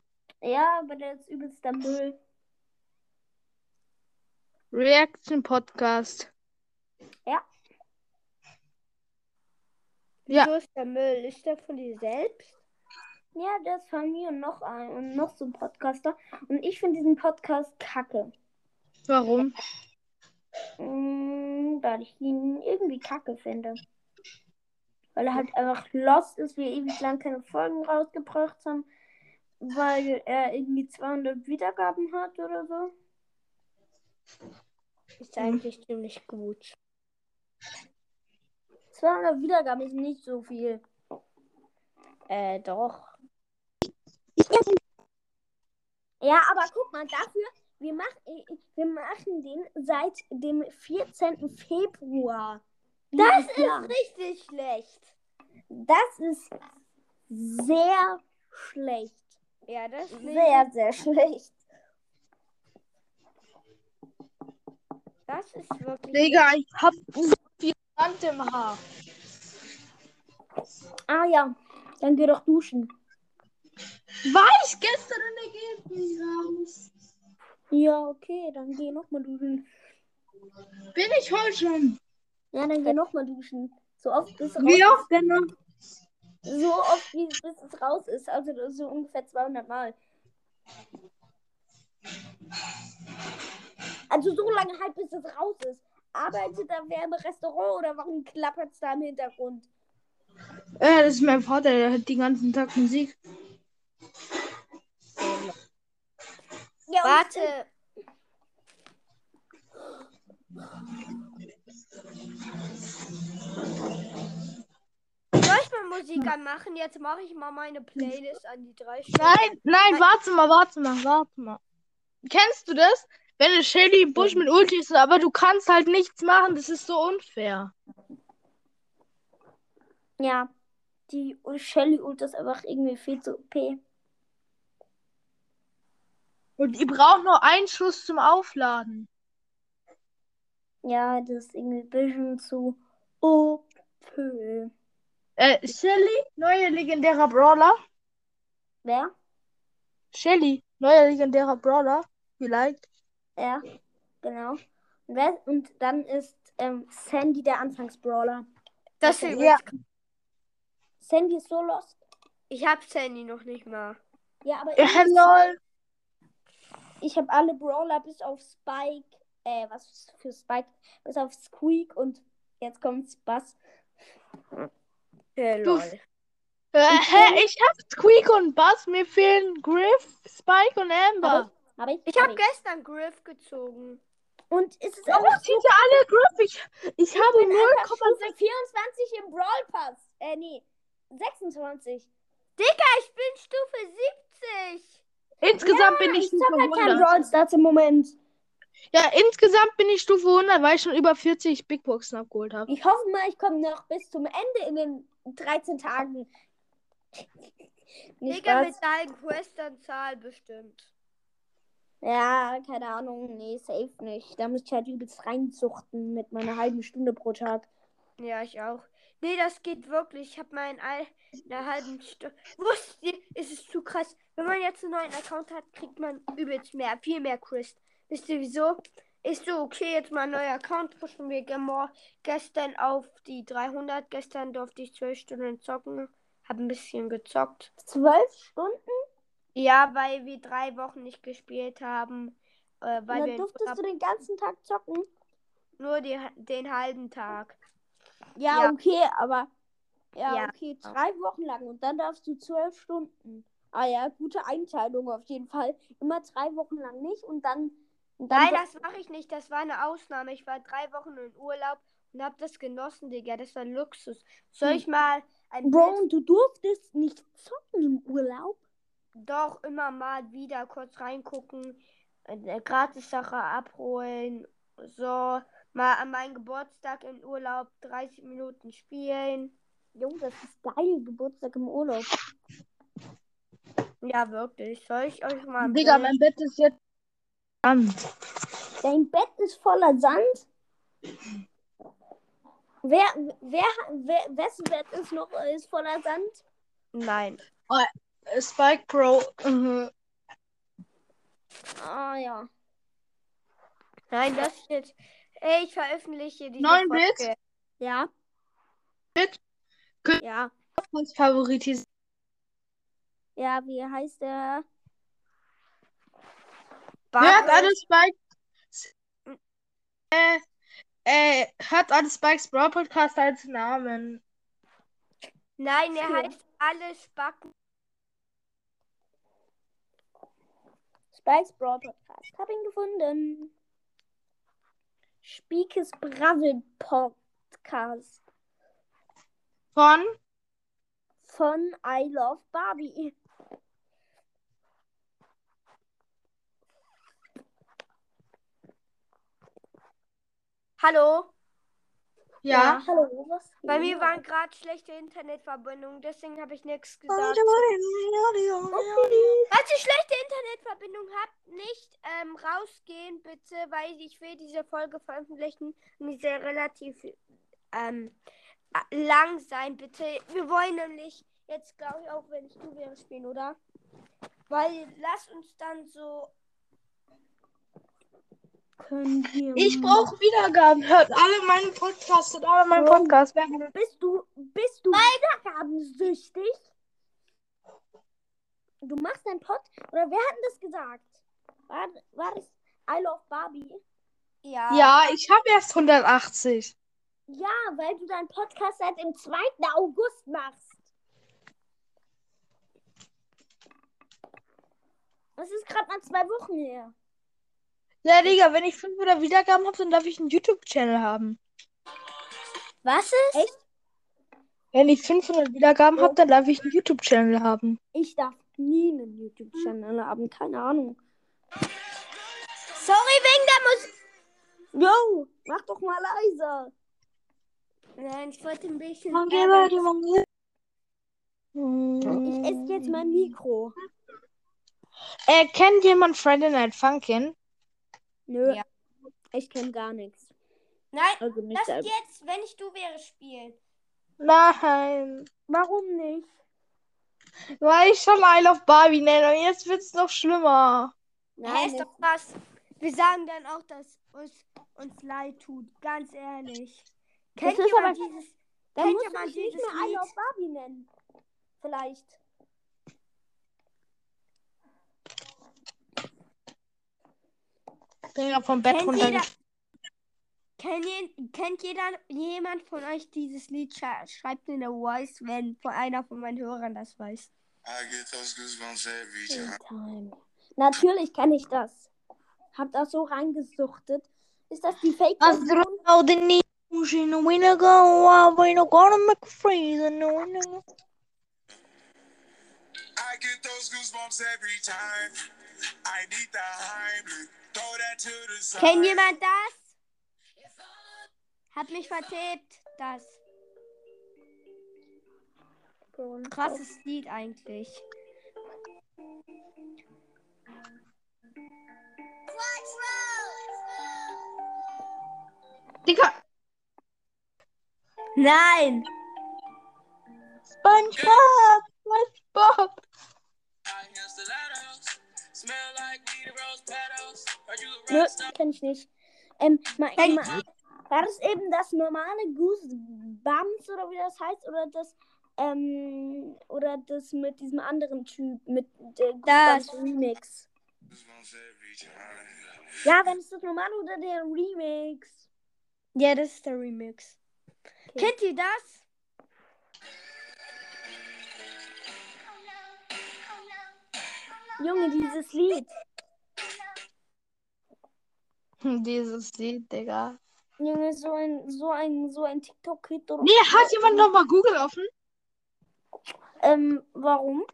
Speaker 2: Ja, aber der ist übelster Müll.
Speaker 5: Reaction Podcast.
Speaker 1: Wieso ist der Müll? Ist der von dir selbst?
Speaker 2: Ja, der ist von mir und noch ein und noch so ein Podcaster. Und ich finde diesen Podcast kacke.
Speaker 5: Warum?
Speaker 2: Mm, weil ich ihn irgendwie kacke finde. Weil er halt einfach lost ist, wir ewig lang keine Folgen rausgebracht haben, weil er irgendwie 200 Wiedergaben hat oder so.
Speaker 1: Ist
Speaker 5: Mhm.
Speaker 1: eigentlich ziemlich gut.
Speaker 2: 200 Wiedergaben ist nicht so viel.
Speaker 1: Äh, doch.
Speaker 2: Ja, aber guck mal, dafür, wir, mach, äh, wir machen den seit dem 14. Februar. Das ist
Speaker 1: Richtig schlecht.
Speaker 2: Das ist sehr schlecht.
Speaker 1: Ja, das ist nicht,
Speaker 2: Sehr, sehr schlecht.
Speaker 1: das ist wirklich.
Speaker 5: Digga, ich hab so viel Sand im Haar.
Speaker 2: Ah ja, dann geh doch duschen.
Speaker 5: War ich gestern und er geht nicht raus.
Speaker 2: Ja, okay, dann geh nochmal duschen.
Speaker 5: Bin ich heute schon?
Speaker 2: Ja, dann geh nochmal duschen. So oft bis raus,
Speaker 5: Wie oft denn noch?
Speaker 2: so oft wie bis es raus ist, also so ungefähr 200 Mal. Also so lange halt, bis es raus ist. Arbeitet da wer im Restaurant oder warum klappert es da im Hintergrund?
Speaker 5: Äh, das ist mein Vater, der hört den ganzen Tag Musik.
Speaker 2: Ja, und-
Speaker 1: Warte. Soll ich mal Musik anmachen? Jetzt mache ich mal meine Playlist an die drei Stunden.
Speaker 5: Nein, nein, warte mal, warte mal, warte mal. Kennst du das? Wenn eine Shelly im Busch mit Ulti ist, aber du kannst halt nichts machen, das ist so unfair.
Speaker 2: Ja, die Shelly Ult ist einfach irgendwie viel zu OP.
Speaker 5: Und ihr braucht nur einen Schuss zum Aufladen.
Speaker 2: Ja, das ist irgendwie ein bisschen zu OP.
Speaker 5: Äh, Shelly, neuer legendärer Brawler.
Speaker 2: Wer?
Speaker 5: Shelly, neuer legendärer Brawler. Vielleicht.
Speaker 2: Ja, genau. Und, wer, und dann ist ähm, Sandy der Anfangsbrawler.
Speaker 1: Das
Speaker 2: ist
Speaker 5: ja.
Speaker 2: Sandy ist so lost.
Speaker 1: Ich hab Sandy noch nicht mal.
Speaker 2: Ja, aber ich,
Speaker 5: Äh, lol.
Speaker 2: ich habe alle Brawler bis auf Spike. Äh, was für Spike? Bis auf Squeak und jetzt kommt Bass.
Speaker 1: Ja,
Speaker 5: Du-
Speaker 1: lol.
Speaker 5: Äh, hä, ich hab Squeak und Buzz. Mir fehlen Griff, Spike und Amber.
Speaker 2: Hab ich?
Speaker 1: Ich Oh, habe
Speaker 2: Hab
Speaker 1: gestern Griff gezogen.
Speaker 2: Und es ist
Speaker 5: Aber
Speaker 2: einfach
Speaker 5: ich hätte alle Griff. Ich, ich habe
Speaker 2: bin einfach
Speaker 5: 0,6.
Speaker 2: Stufe 24 im Brawl Pass. Äh, nee. 26.
Speaker 1: Ich bin Stufe 70.
Speaker 5: Insgesamt bin ich
Speaker 2: Ich
Speaker 5: Stufe
Speaker 2: hab halt keinen
Speaker 5: 100.
Speaker 2: Brawl Stars im Moment.
Speaker 5: Ja, insgesamt bin ich Stufe 100, weil ich schon über 40 Big Boxen abgeholt habe.
Speaker 2: Ich hoffe mal, ich komme noch bis zum Ende in den 13 Tagen. Nicht
Speaker 1: Digga,
Speaker 2: Spaß.
Speaker 1: mit deinen Questern-Zahl bestimmt.
Speaker 2: Ja, keine Ahnung. Nee, safe nicht. Da muss ich halt übelst reinzuchten mit meiner halben Stunde pro Tag.
Speaker 1: Ja, ich auch. Nee, das geht wirklich. Ich habe meinen all einer halben Stunde. Wusst ihr, es ist zu krass. Wenn man jetzt einen neuen Account hat, kriegt man übelst mehr, viel mehr Quest. Wisst ihr wieso? Ist so, okay, jetzt mal ein neuer Account pushen wir gemor gestern auf die 300. Gestern durfte ich 12 Stunden zocken. Hab ein bisschen gezockt.
Speaker 2: Zwölf Stunden?
Speaker 1: Ja, weil wir drei Wochen nicht gespielt haben. Äh,
Speaker 2: Und
Speaker 1: weil
Speaker 2: dann
Speaker 1: wir
Speaker 2: durftest du den ganzen Tag zocken?
Speaker 1: nur die, den halben Tag.
Speaker 2: Ja,
Speaker 1: Ja.
Speaker 2: okay, aber. Ja,
Speaker 1: Ja.
Speaker 2: okay, drei Wochen lang und dann darfst du zwölf Stunden. Ah ja, gute Einteilung auf jeden Fall. Immer drei Wochen lang nicht und dann. Und dann
Speaker 1: Nein, das mache ich nicht. Das war eine Ausnahme. Ich war drei Wochen in Urlaub und habe das genossen, Digga. Das war Luxus. Soll
Speaker 5: Hm.
Speaker 1: ich mal ein
Speaker 2: Bro,
Speaker 1: Bild
Speaker 2: und du durftest nicht zocken im Urlaub?
Speaker 1: doch immer mal wieder kurz reingucken, eine Gratis-Sache abholen, so mal an meinem Geburtstag im Urlaub 30 Minuten spielen.
Speaker 2: Junge, das ist geil, Geburtstag im Urlaub.
Speaker 1: Ja, wirklich. Soll ich euch mal ein
Speaker 5: Digga,
Speaker 1: Bild-
Speaker 5: mein Bett ist jetzt an.
Speaker 2: Dein Bett ist voller Sand. Wer, wer, wer wessen Bett ist noch ist voller Sand?
Speaker 1: Nein.
Speaker 5: Äh, Spike Pro. Mhm.
Speaker 2: Ah ja.
Speaker 1: Nein, das ist jetzt. Ey, ich veröffentliche die
Speaker 5: Neun Bits?
Speaker 2: Ja.
Speaker 5: Bett? Kö-
Speaker 2: Ja.
Speaker 5: Uns favoritisiert.
Speaker 2: Ja, wie heißt der?
Speaker 5: Hört alle Spike. Äh, äh, hört alle Spikes Brawl Podcast als Namen.
Speaker 1: Nein, er
Speaker 2: Vier.
Speaker 1: heißt alles Backen.
Speaker 2: Spikes Brawl Podcast. Hab ihn gefunden. Spiekes Bravel Podcast
Speaker 5: Von
Speaker 2: von I Love Barbie.
Speaker 1: Hallo?
Speaker 5: ja.
Speaker 2: hallo. Was
Speaker 1: Bei mir
Speaker 2: geht?
Speaker 1: waren gerade schlechte Internetverbindungen, deswegen habe ich nichts gesagt.
Speaker 5: Äh,
Speaker 1: Falls ihr schlechte Internetverbindung habt, nicht ähm, rausgehen bitte, weil ich will diese Folge veröffentlichen und die soll relativ ähm, äh, lang sein, bitte. Wir wollen nämlich jetzt, glaube ich, auch wenn ich du wäre, spielen, oder? Weil lasst uns dann so...
Speaker 2: Können wir
Speaker 5: Ich brauche Wiedergaben. Hört alle meine Podcasts und alle
Speaker 2: Oh.
Speaker 5: meinen Podcast. Wer hat-
Speaker 2: Bist du, bist du wiedergabensüchtig? Du machst deinen Pod. Oder wer hat denn das gesagt? War, war das I Love Barbie?
Speaker 1: Ja.
Speaker 5: Ja, ich habe erst 180.
Speaker 2: Ja, Ah, weil du deinen Podcast seit dem 2. August machst. Das ist gerade mal zwei Wochen her.
Speaker 5: Ja, Digga, wenn ich 500 Wiedergaben habe, dann darf ich einen YouTube-Channel haben.
Speaker 2: Was ist? Echt?
Speaker 5: Wenn ich 500 Wiedergaben habe, dann darf ich einen YouTube-Channel haben.
Speaker 2: Ich darf nie einen YouTube-Channel haben. Keine Ahnung.
Speaker 1: Sorry wegen der Musik.
Speaker 2: Yo, mach doch mal leiser.
Speaker 1: Nein, ich wollte ein bisschen...
Speaker 2: Ich esse jetzt mein Mikro.
Speaker 5: Äh, kennt jemand Friday Night Funkin'?
Speaker 2: Nö.
Speaker 1: Ja.
Speaker 2: Ich kenne gar nichts.
Speaker 1: Nein,
Speaker 2: Also nicht
Speaker 1: lass
Speaker 2: selber.
Speaker 1: jetzt, wenn ich du wäre, spielen.
Speaker 5: Nein.
Speaker 2: Warum nicht?
Speaker 5: Weil ich schon I Love Barbie nenne und jetzt wird's noch schlimmer.
Speaker 1: Hä, ist
Speaker 2: Nein,
Speaker 1: doch was. Wir sagen dann auch, dass uns, uns leid tut. Ganz ehrlich. Kennt
Speaker 2: ist
Speaker 1: jemand
Speaker 2: aber-
Speaker 1: dieses...
Speaker 2: dann
Speaker 1: kennt
Speaker 2: musst du
Speaker 1: jemand
Speaker 2: dich nicht
Speaker 1: dieses
Speaker 2: mehr I
Speaker 1: Lied?
Speaker 2: Love Barbie nennen. Vielleicht.
Speaker 5: Bin gerade vom Bett
Speaker 1: Kennt
Speaker 5: runter.
Speaker 1: jeder, kennt, je- kennt jeder jemand von euch dieses Lied? Scha- Schreibt mir eine Voice, wenn von einer von meinen Hörern das weiß.
Speaker 7: I get those goosebumps every time.
Speaker 2: Time. Natürlich kenne ich das. Hab das so reingesuchtet. Ist das die Fake?
Speaker 5: Hast du Oh, the news in the Oh, winter go, I'm gonna make freeze in the winter.
Speaker 7: I get those goosebumps every time. I need the Heimlich. Throw that to the side.
Speaker 1: Kennt jemand das? Hab mich vertippt. Das. Krasses Lied eigentlich.
Speaker 5: Digga,
Speaker 1: Nein!
Speaker 5: SpongeBob, SpongeBob.
Speaker 7: I hear stilettos. Smell like weed and rose petals. Are you a
Speaker 2: Nö,
Speaker 7: rock star?
Speaker 2: kenne ich nicht. Ähm, mal,
Speaker 1: Kenn-
Speaker 2: mal, war das eben das normale Goosebumps oder wie das heißt? Oder das, ähm, oder das mit diesem anderen Typ, mit der
Speaker 1: Das.
Speaker 2: Goosebumps Remix?
Speaker 7: Goosebumps every time.
Speaker 2: Ja, wenn es das normale oder der Remix?
Speaker 1: Ja, das ist der Remix. Kennt ihr das?
Speaker 2: Junge, dieses Lied.
Speaker 5: Hm, Dieses Lied, Digga.
Speaker 2: Junge, so ein, so ein, so ein TikTok-Hit oder.
Speaker 5: Nee, hat jemand nochmal Google offen?
Speaker 2: Ähm, warum?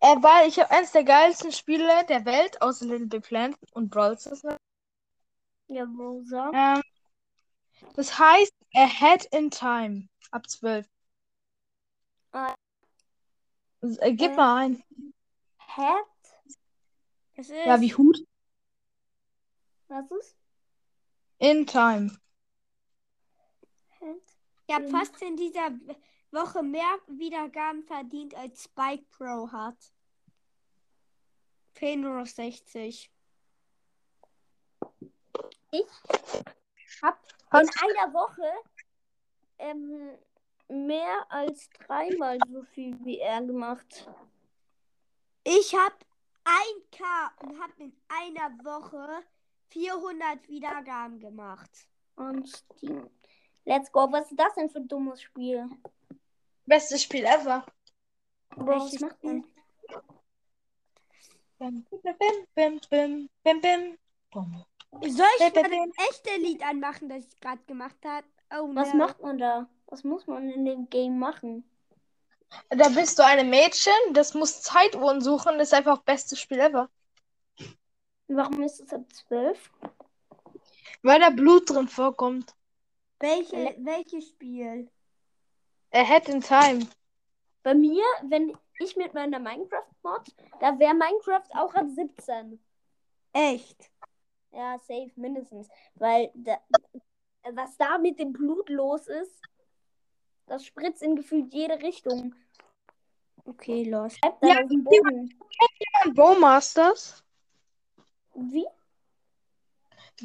Speaker 5: Äh, weil ich habe eins der geilsten Spiele der Welt außer Little Big Planet und Brawl Stars.
Speaker 2: Ja, wo so?
Speaker 5: Ähm, das heißt Ahead in Time ab 12.
Speaker 2: Ah.
Speaker 5: Äh, gib mal ein.
Speaker 2: Hä?
Speaker 1: Das ist
Speaker 5: Ja, wie Hut?
Speaker 2: Was ist?
Speaker 5: In Time.
Speaker 2: Hä?
Speaker 1: Ich habe fast in dieser Woche mehr Wiedergaben verdient, als Spike Pro hat. Fehlen nur noch 60.
Speaker 2: In einer Woche ähm, mehr als dreimal so viel wie er gemacht.
Speaker 1: Ich habe 1K und habe in einer Woche 400 Wiedergaben gemacht.
Speaker 2: Und Steam. Let's go. Was ist das denn für ein dummes Spiel?
Speaker 5: Bestes Spiel ever.
Speaker 2: Bro, was macht man?
Speaker 5: Bim, bim, bim, bim, bim, bim. Bum.
Speaker 1: Soll ich mal
Speaker 5: Bim, bim,
Speaker 1: das
Speaker 5: bim.
Speaker 1: echte Lied anmachen, das ich gerade gemacht habe? Oh,
Speaker 2: Was
Speaker 1: no.
Speaker 2: macht man da? Was muss man in dem Game machen?
Speaker 5: Da bist du eine Mädchen, das muss Zeituhren suchen, das ist einfach bestes Spiel ever.
Speaker 2: Warum ist es ab 12?
Speaker 5: Weil da Blut drin vorkommt.
Speaker 1: Welche, welches Spiel?
Speaker 5: Ahead in Time.
Speaker 2: Bei mir, wenn ich mit meiner Minecraft-Mod, da wäre Minecraft auch ab 17.
Speaker 1: Echt?
Speaker 2: Ja, safe, mindestens. Weil da, was da mit dem Blut los ist, das spritzt in gefühlt jede Richtung.
Speaker 1: Okay, los.
Speaker 2: Bleibt dann
Speaker 5: Ja,
Speaker 2: auf dem Boden.
Speaker 5: Bowmasters?
Speaker 2: Wie?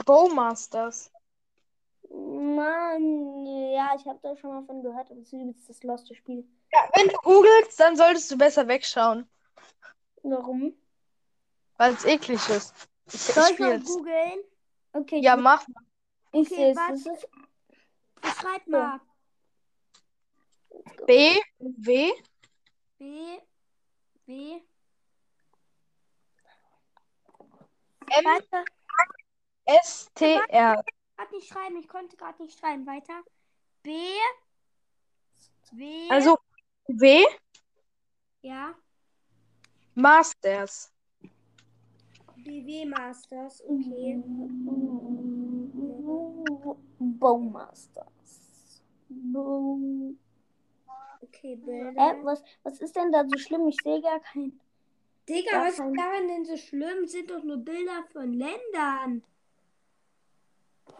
Speaker 5: Bowmasters.
Speaker 2: Mann, ja, ich habe da schon mal von gehört, aber es ist übelst das loste Spiel.
Speaker 5: Wenn du googelst, dann solltest du besser wegschauen,
Speaker 2: Warum?
Speaker 5: weil es eklig ist. Ich,
Speaker 1: Soll ich mal
Speaker 5: spiel's.
Speaker 1: googeln?
Speaker 2: Okay,
Speaker 5: Ja, mach
Speaker 2: ich
Speaker 1: okay,
Speaker 2: seh's.
Speaker 1: warte.
Speaker 2: Das ist
Speaker 1: Schreib mal.
Speaker 5: B, W,
Speaker 1: B, B,
Speaker 5: M,
Speaker 1: weiter.
Speaker 5: S, T, R.
Speaker 1: Grad nicht schreiben, ich konnte gerade nicht schreiben. Weiter. B, W,
Speaker 5: Also W,
Speaker 1: ja,
Speaker 5: Masters.
Speaker 1: BW Masters, okay.
Speaker 2: Bowmasters. Bow.
Speaker 1: Okay, Bilder.
Speaker 2: Äh, was, was ist denn da so schlimm? Ich sehe gar keinen.
Speaker 1: Digga, was ist daran denn so schlimm? Sind doch nur Bilder von Ländern.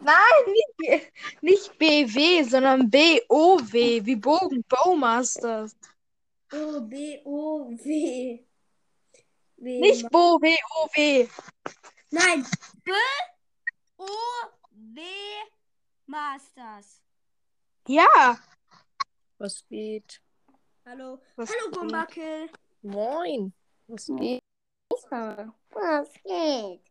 Speaker 5: Nein, nicht, nicht BW, sondern BOW, wie Bogen, Bowmasters.
Speaker 2: O, B, O, W. W.
Speaker 5: Nicht BOW,
Speaker 2: Nein,
Speaker 3: O, W, Masters.
Speaker 5: Ja,
Speaker 8: Was geht?
Speaker 3: Hallo.
Speaker 5: Was
Speaker 3: Hallo, Bumbakel.
Speaker 8: Moin. Was geht?
Speaker 2: was geht?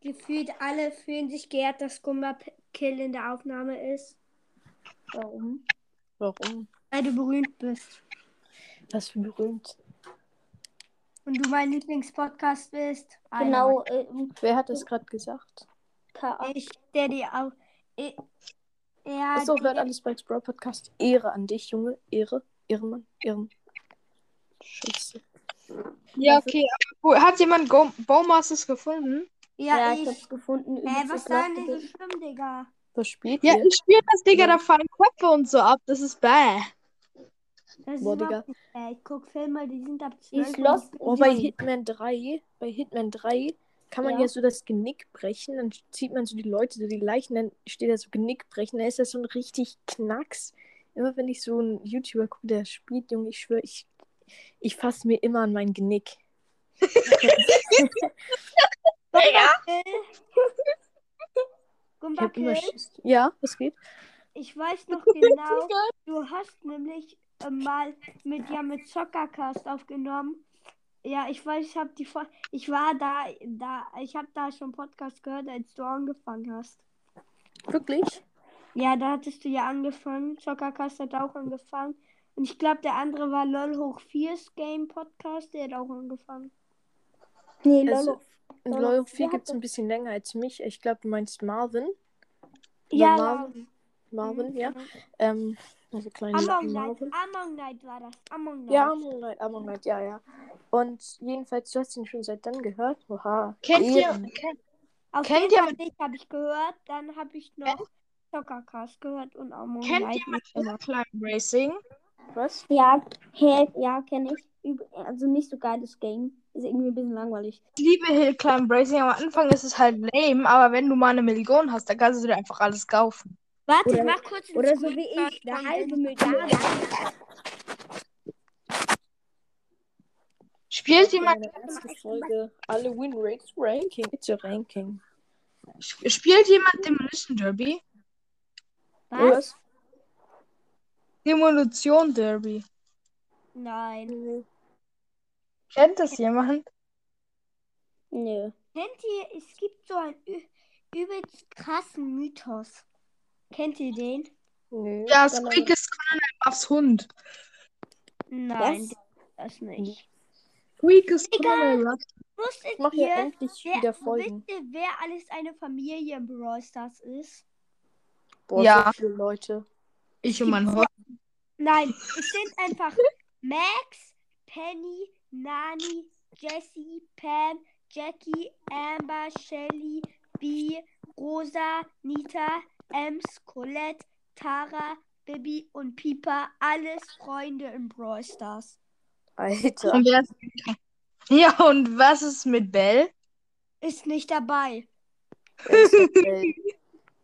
Speaker 1: Gefühlt alle fühlen sich geehrt, dass Gumba Kill in der Aufnahme ist.
Speaker 2: Warum?
Speaker 8: Warum?
Speaker 1: Weil du berühmt bist.
Speaker 8: Was für berühmt.
Speaker 1: Und du mein Lieblingspodcast bist.
Speaker 2: Genau, ähm,
Speaker 8: Wer hat das gerade gesagt?
Speaker 2: K.A.
Speaker 1: Ich, der dir auch. Ich, ja,
Speaker 8: Achso,
Speaker 1: die-
Speaker 8: Also, hört alles Spikes Brawl Podcast. Ehre an dich, Junge. Ehre. Ehrenmann. Ehren. Scheiße.
Speaker 5: ja, okay. aber wo- Hat jemand Go Bowmasters gefunden?
Speaker 2: Ja,
Speaker 1: ja,
Speaker 2: ich
Speaker 1: ich.
Speaker 2: hab's gefunden.
Speaker 1: Hä,
Speaker 2: übelst
Speaker 1: was ist da denn so
Speaker 2: nachgedacht.
Speaker 1: schlimm, Digga?
Speaker 8: Was spielt
Speaker 5: Ja,
Speaker 8: ihr?
Speaker 5: ich spiele das, Digga, da fallen Köpfe und so ab. Das ist bäh.
Speaker 1: Das ist
Speaker 8: Boah,
Speaker 1: überhaupt
Speaker 8: Digga.
Speaker 1: nicht- Ey, ich guck Filme, die sind ab 12.
Speaker 2: Ich
Speaker 1: und
Speaker 2: lost
Speaker 8: Oh, bei
Speaker 2: Jung.
Speaker 8: Hitman 3, bei Hitman 3 kann man
Speaker 2: Ja.
Speaker 8: ja. so das Genick brechen, dann zieht man so die Leute, so die Leichen, dann steht da so Genick brechen, dann ist das so ein richtig Knacks. Immer wenn ich so einen YouTuber gucke, der spielt, Junge, ich schwöre, ich, ich fasse mir immer an mein Genick. Ich
Speaker 1: Gumba
Speaker 8: hab immer
Speaker 1: Kill,
Speaker 8: Schiss. Ja, was geht?
Speaker 1: ich weiß noch genau, du hast nämlich äh, mal mit ja mit Zockercast aufgenommen. Ja, ich weiß, ich habe die Fol- ich war da da ich habe da schon Podcast gehört, als du angefangen hast.
Speaker 8: Wirklich?
Speaker 1: Ja, da hattest du ja angefangen. Zockercast hat auch angefangen. Und ich glaube, der andere war LOL hoch 4's Game Podcast, der hat auch angefangen.
Speaker 2: Nee,
Speaker 8: Also,
Speaker 2: Lolo. Lolo, wer
Speaker 8: Lolo 4
Speaker 2: hat
Speaker 8: gibt es ein bisschen länger als mich. Ich glaube, du meinst Marvin. Oder
Speaker 1: Ja,
Speaker 8: Marvin,
Speaker 5: Mhm.
Speaker 8: Marvin, ja. Ähm, also kleine
Speaker 1: Among Night,
Speaker 8: Marvin.
Speaker 1: Among Night war das. Among Night.
Speaker 8: Ja, Among Night, Among Night, ja, ja. Und jedenfalls, du hast ihn schon seit dann gehört. Oha.
Speaker 5: Kennt
Speaker 8: Ehren.
Speaker 5: ihr,
Speaker 1: Auf
Speaker 5: Kennt
Speaker 1: jeden
Speaker 5: ihr-
Speaker 1: Fall dich habe ich gehört, dann habe ich noch Zockercast gehört und Among
Speaker 8: Oh,
Speaker 5: kennt
Speaker 1: Night.
Speaker 5: jemand Hillclimb Racing?
Speaker 8: Was?
Speaker 2: Ja, hä,
Speaker 1: Äh,
Speaker 2: ja, kenne ich. Üb- Also nicht so geiles Game. Ist irgendwie ein bisschen langweilig.
Speaker 5: Ich liebe Hillclimb Racing. Am Anfang ist es halt lame, aber wenn du mal eine Million hast, dann kannst du dir einfach alles kaufen.
Speaker 1: Warte,
Speaker 2: Oder-
Speaker 1: ich mach kurz einen
Speaker 2: Oder so wie
Speaker 1: Screenshot
Speaker 2: ich, eine
Speaker 1: von
Speaker 2: halbe
Speaker 1: dem-
Speaker 2: Milliarde.
Speaker 5: Spielt jemand,
Speaker 8: Meine erste Folge. Alle Winrates Ranking. It's your Ranking.
Speaker 5: spielt jemand Demolition Derby?
Speaker 1: Was?
Speaker 5: Demolition Derby.
Speaker 1: Nein.
Speaker 5: Kennt das jemand?
Speaker 2: Nö.
Speaker 1: Kennt ihr, es gibt so einen ü- übelst krassen Mythos. Kennt ihr den?
Speaker 8: Nö.
Speaker 5: Ja,
Speaker 8: sondern-
Speaker 5: Squeak ist Conan Alvarez Hund.
Speaker 1: Nein, das nicht.
Speaker 5: Squeak ist Conan Alvarez
Speaker 8: Ich
Speaker 1: Wusstet
Speaker 8: mache ja
Speaker 1: ihr,
Speaker 8: endlich
Speaker 1: wer,
Speaker 8: wieder Folgen.
Speaker 1: wisst ihr, wer alles eine Familie im Brawl Stars ist?
Speaker 8: Boah,
Speaker 5: Ja.
Speaker 8: so viele Leute.
Speaker 5: Ich und mein Hund.
Speaker 1: Nein, es sind einfach Max, Penny, Nani, Jessie, Pam, Jackie, Amber, Shelly, B, Rosa, Nita, Ems, Colette, Tara, Bibi und Pipa. Alles Freunde in Brawl Stars.
Speaker 8: Alter.
Speaker 5: Und wer ist ja, und was ist mit Bell?
Speaker 1: Ist nicht dabei.
Speaker 8: Bell,
Speaker 1: Sie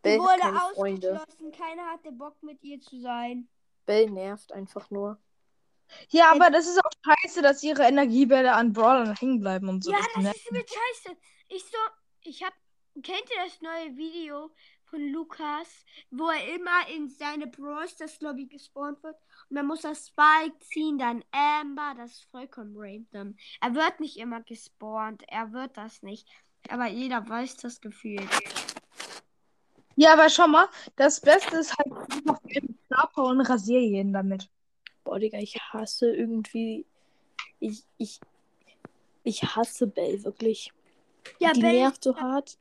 Speaker 8: Bell hat
Speaker 1: wurde
Speaker 8: keine Freunde.
Speaker 1: ausgeschlossen. Keiner hatte Bock mit ihr zu sein.
Speaker 8: Bell nervt einfach nur.
Speaker 5: Ja, aber das ist auch scheiße, dass ihre Energiebälle an Brawlern hängen bleiben und so.
Speaker 1: Ja,
Speaker 5: Das
Speaker 1: das
Speaker 5: nervt.
Speaker 1: ist mir scheiße. Ich so, ich hab, kennt ihr das neue Video von Lukas, wo er immer in seine Brawl Stars Lobby gespawnt wird und dann muss er Spike ziehen, dann Amber, das ist vollkommen random. Er wird nicht immer gespawnt, er wird das nicht. Aber jeder weiß das Gefühl.
Speaker 5: ja, aber schau mal, das Beste ist halt einfach gelbe Körper und rasier jeden damit.
Speaker 8: Boah, Digga, ich hasse irgendwie. Ich, ich, ich hasse Bell wirklich.
Speaker 1: Ja,
Speaker 8: Die
Speaker 1: Bell,
Speaker 8: nervt so hart.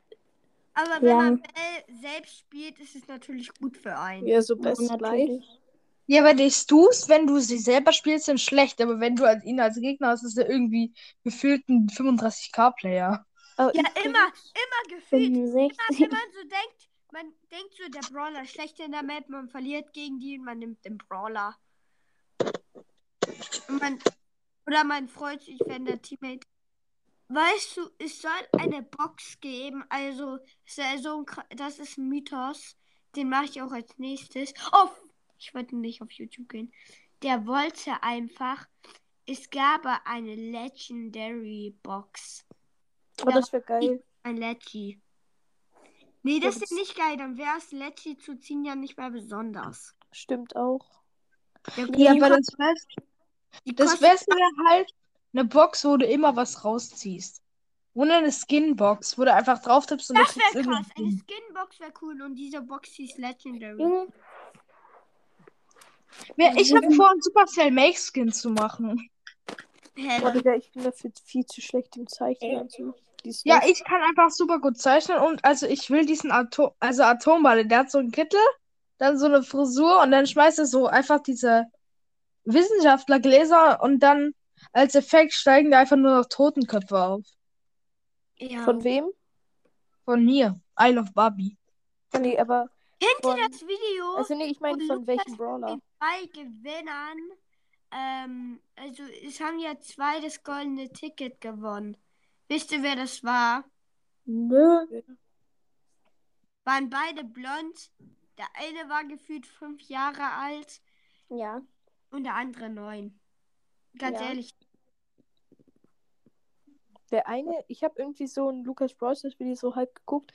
Speaker 1: aber wenn man Bell selbst spielt, ist es natürlich gut für einen.
Speaker 8: Ja, so best live.
Speaker 2: natürlich.
Speaker 5: Ja, aber die Stus, wenn du sie selber spielst, sind schlecht, aber wenn du als- ihn als Gegner hast, ist er irgendwie gefühlt ein 35k-Player.
Speaker 8: Aber
Speaker 1: Ja,
Speaker 8: übrigens-
Speaker 1: immer, immer gefühlt
Speaker 2: 65.
Speaker 1: wenn man so denkt, man denkt so, der Brawler ist schlecht in der Map, man verliert gegen die und man nimmt den Brawler. Und man, oder man freut sich, wenn der Teammate Weißt du, es soll eine Box geben. Also, es soll so ein, Kr- das ist ein Mythos. Den mache ich auch als nächstes. Oh, ich wollte nicht auf YouTube gehen. Der wollte einfach. Es gab eine Legendary Box.
Speaker 8: Oh, das wäre geil.
Speaker 1: Ein Leggy. Nee, das ist nicht geil. Dann wäre es Leggy zu ziehen ja nicht mehr besonders.
Speaker 8: Stimmt auch.
Speaker 1: Der
Speaker 5: Ja,
Speaker 1: die
Speaker 5: aber das wär's,
Speaker 1: die
Speaker 5: das
Speaker 1: kostet-
Speaker 5: wär's mir halt eine Box, wo du immer was rausziehst. Ohne eine Skinbox, wo du einfach drauf tippst und
Speaker 1: das
Speaker 5: du kriegst
Speaker 1: wäre krass. Eine
Speaker 5: irgendwie-
Speaker 1: Skinbox wäre cool und diese Box hieß Legendary.
Speaker 2: Junge,
Speaker 5: Ja, Ich habe vor, ein Supercell Make Skin zu machen.
Speaker 1: Hä?
Speaker 8: Boah, Digga, ich bin dafür viel zu schlecht im Zeichnen.
Speaker 2: äh,
Speaker 8: Also, dieses
Speaker 5: Ja,
Speaker 8: Weiß-
Speaker 5: ich kann einfach super gut zeichnen und also ich will diesen Atom, also Atomball, der hat so einen Kittel, dann so eine Frisur und dann schmeißt er so einfach diese Wissenschaftlergläser und dann als Effekt steigen da einfach nur noch Totenköpfe auf.
Speaker 1: Ja.
Speaker 8: Von wem?
Speaker 5: Von mir. I love Barbie.
Speaker 8: Oh, nee, aber.
Speaker 1: Kennt
Speaker 8: Von,
Speaker 1: ihr das Video?
Speaker 8: also, nee, ich meine,
Speaker 1: wo
Speaker 8: von welchem
Speaker 1: Lukas
Speaker 8: Brawler?
Speaker 1: den zwei Gewinnern, ähm, also es haben ja zwei das goldene Ticket gewonnen. Wisst ihr, wer das war?
Speaker 8: Nö.
Speaker 1: Waren beide blond. Der eine war gefühlt fünf Jahre alt
Speaker 2: ja.
Speaker 1: und der andere neun. Ganz
Speaker 8: Ja.
Speaker 1: ehrlich.
Speaker 8: Der eine, ich habe irgendwie so ein Lukas Bros. Video so halb geguckt.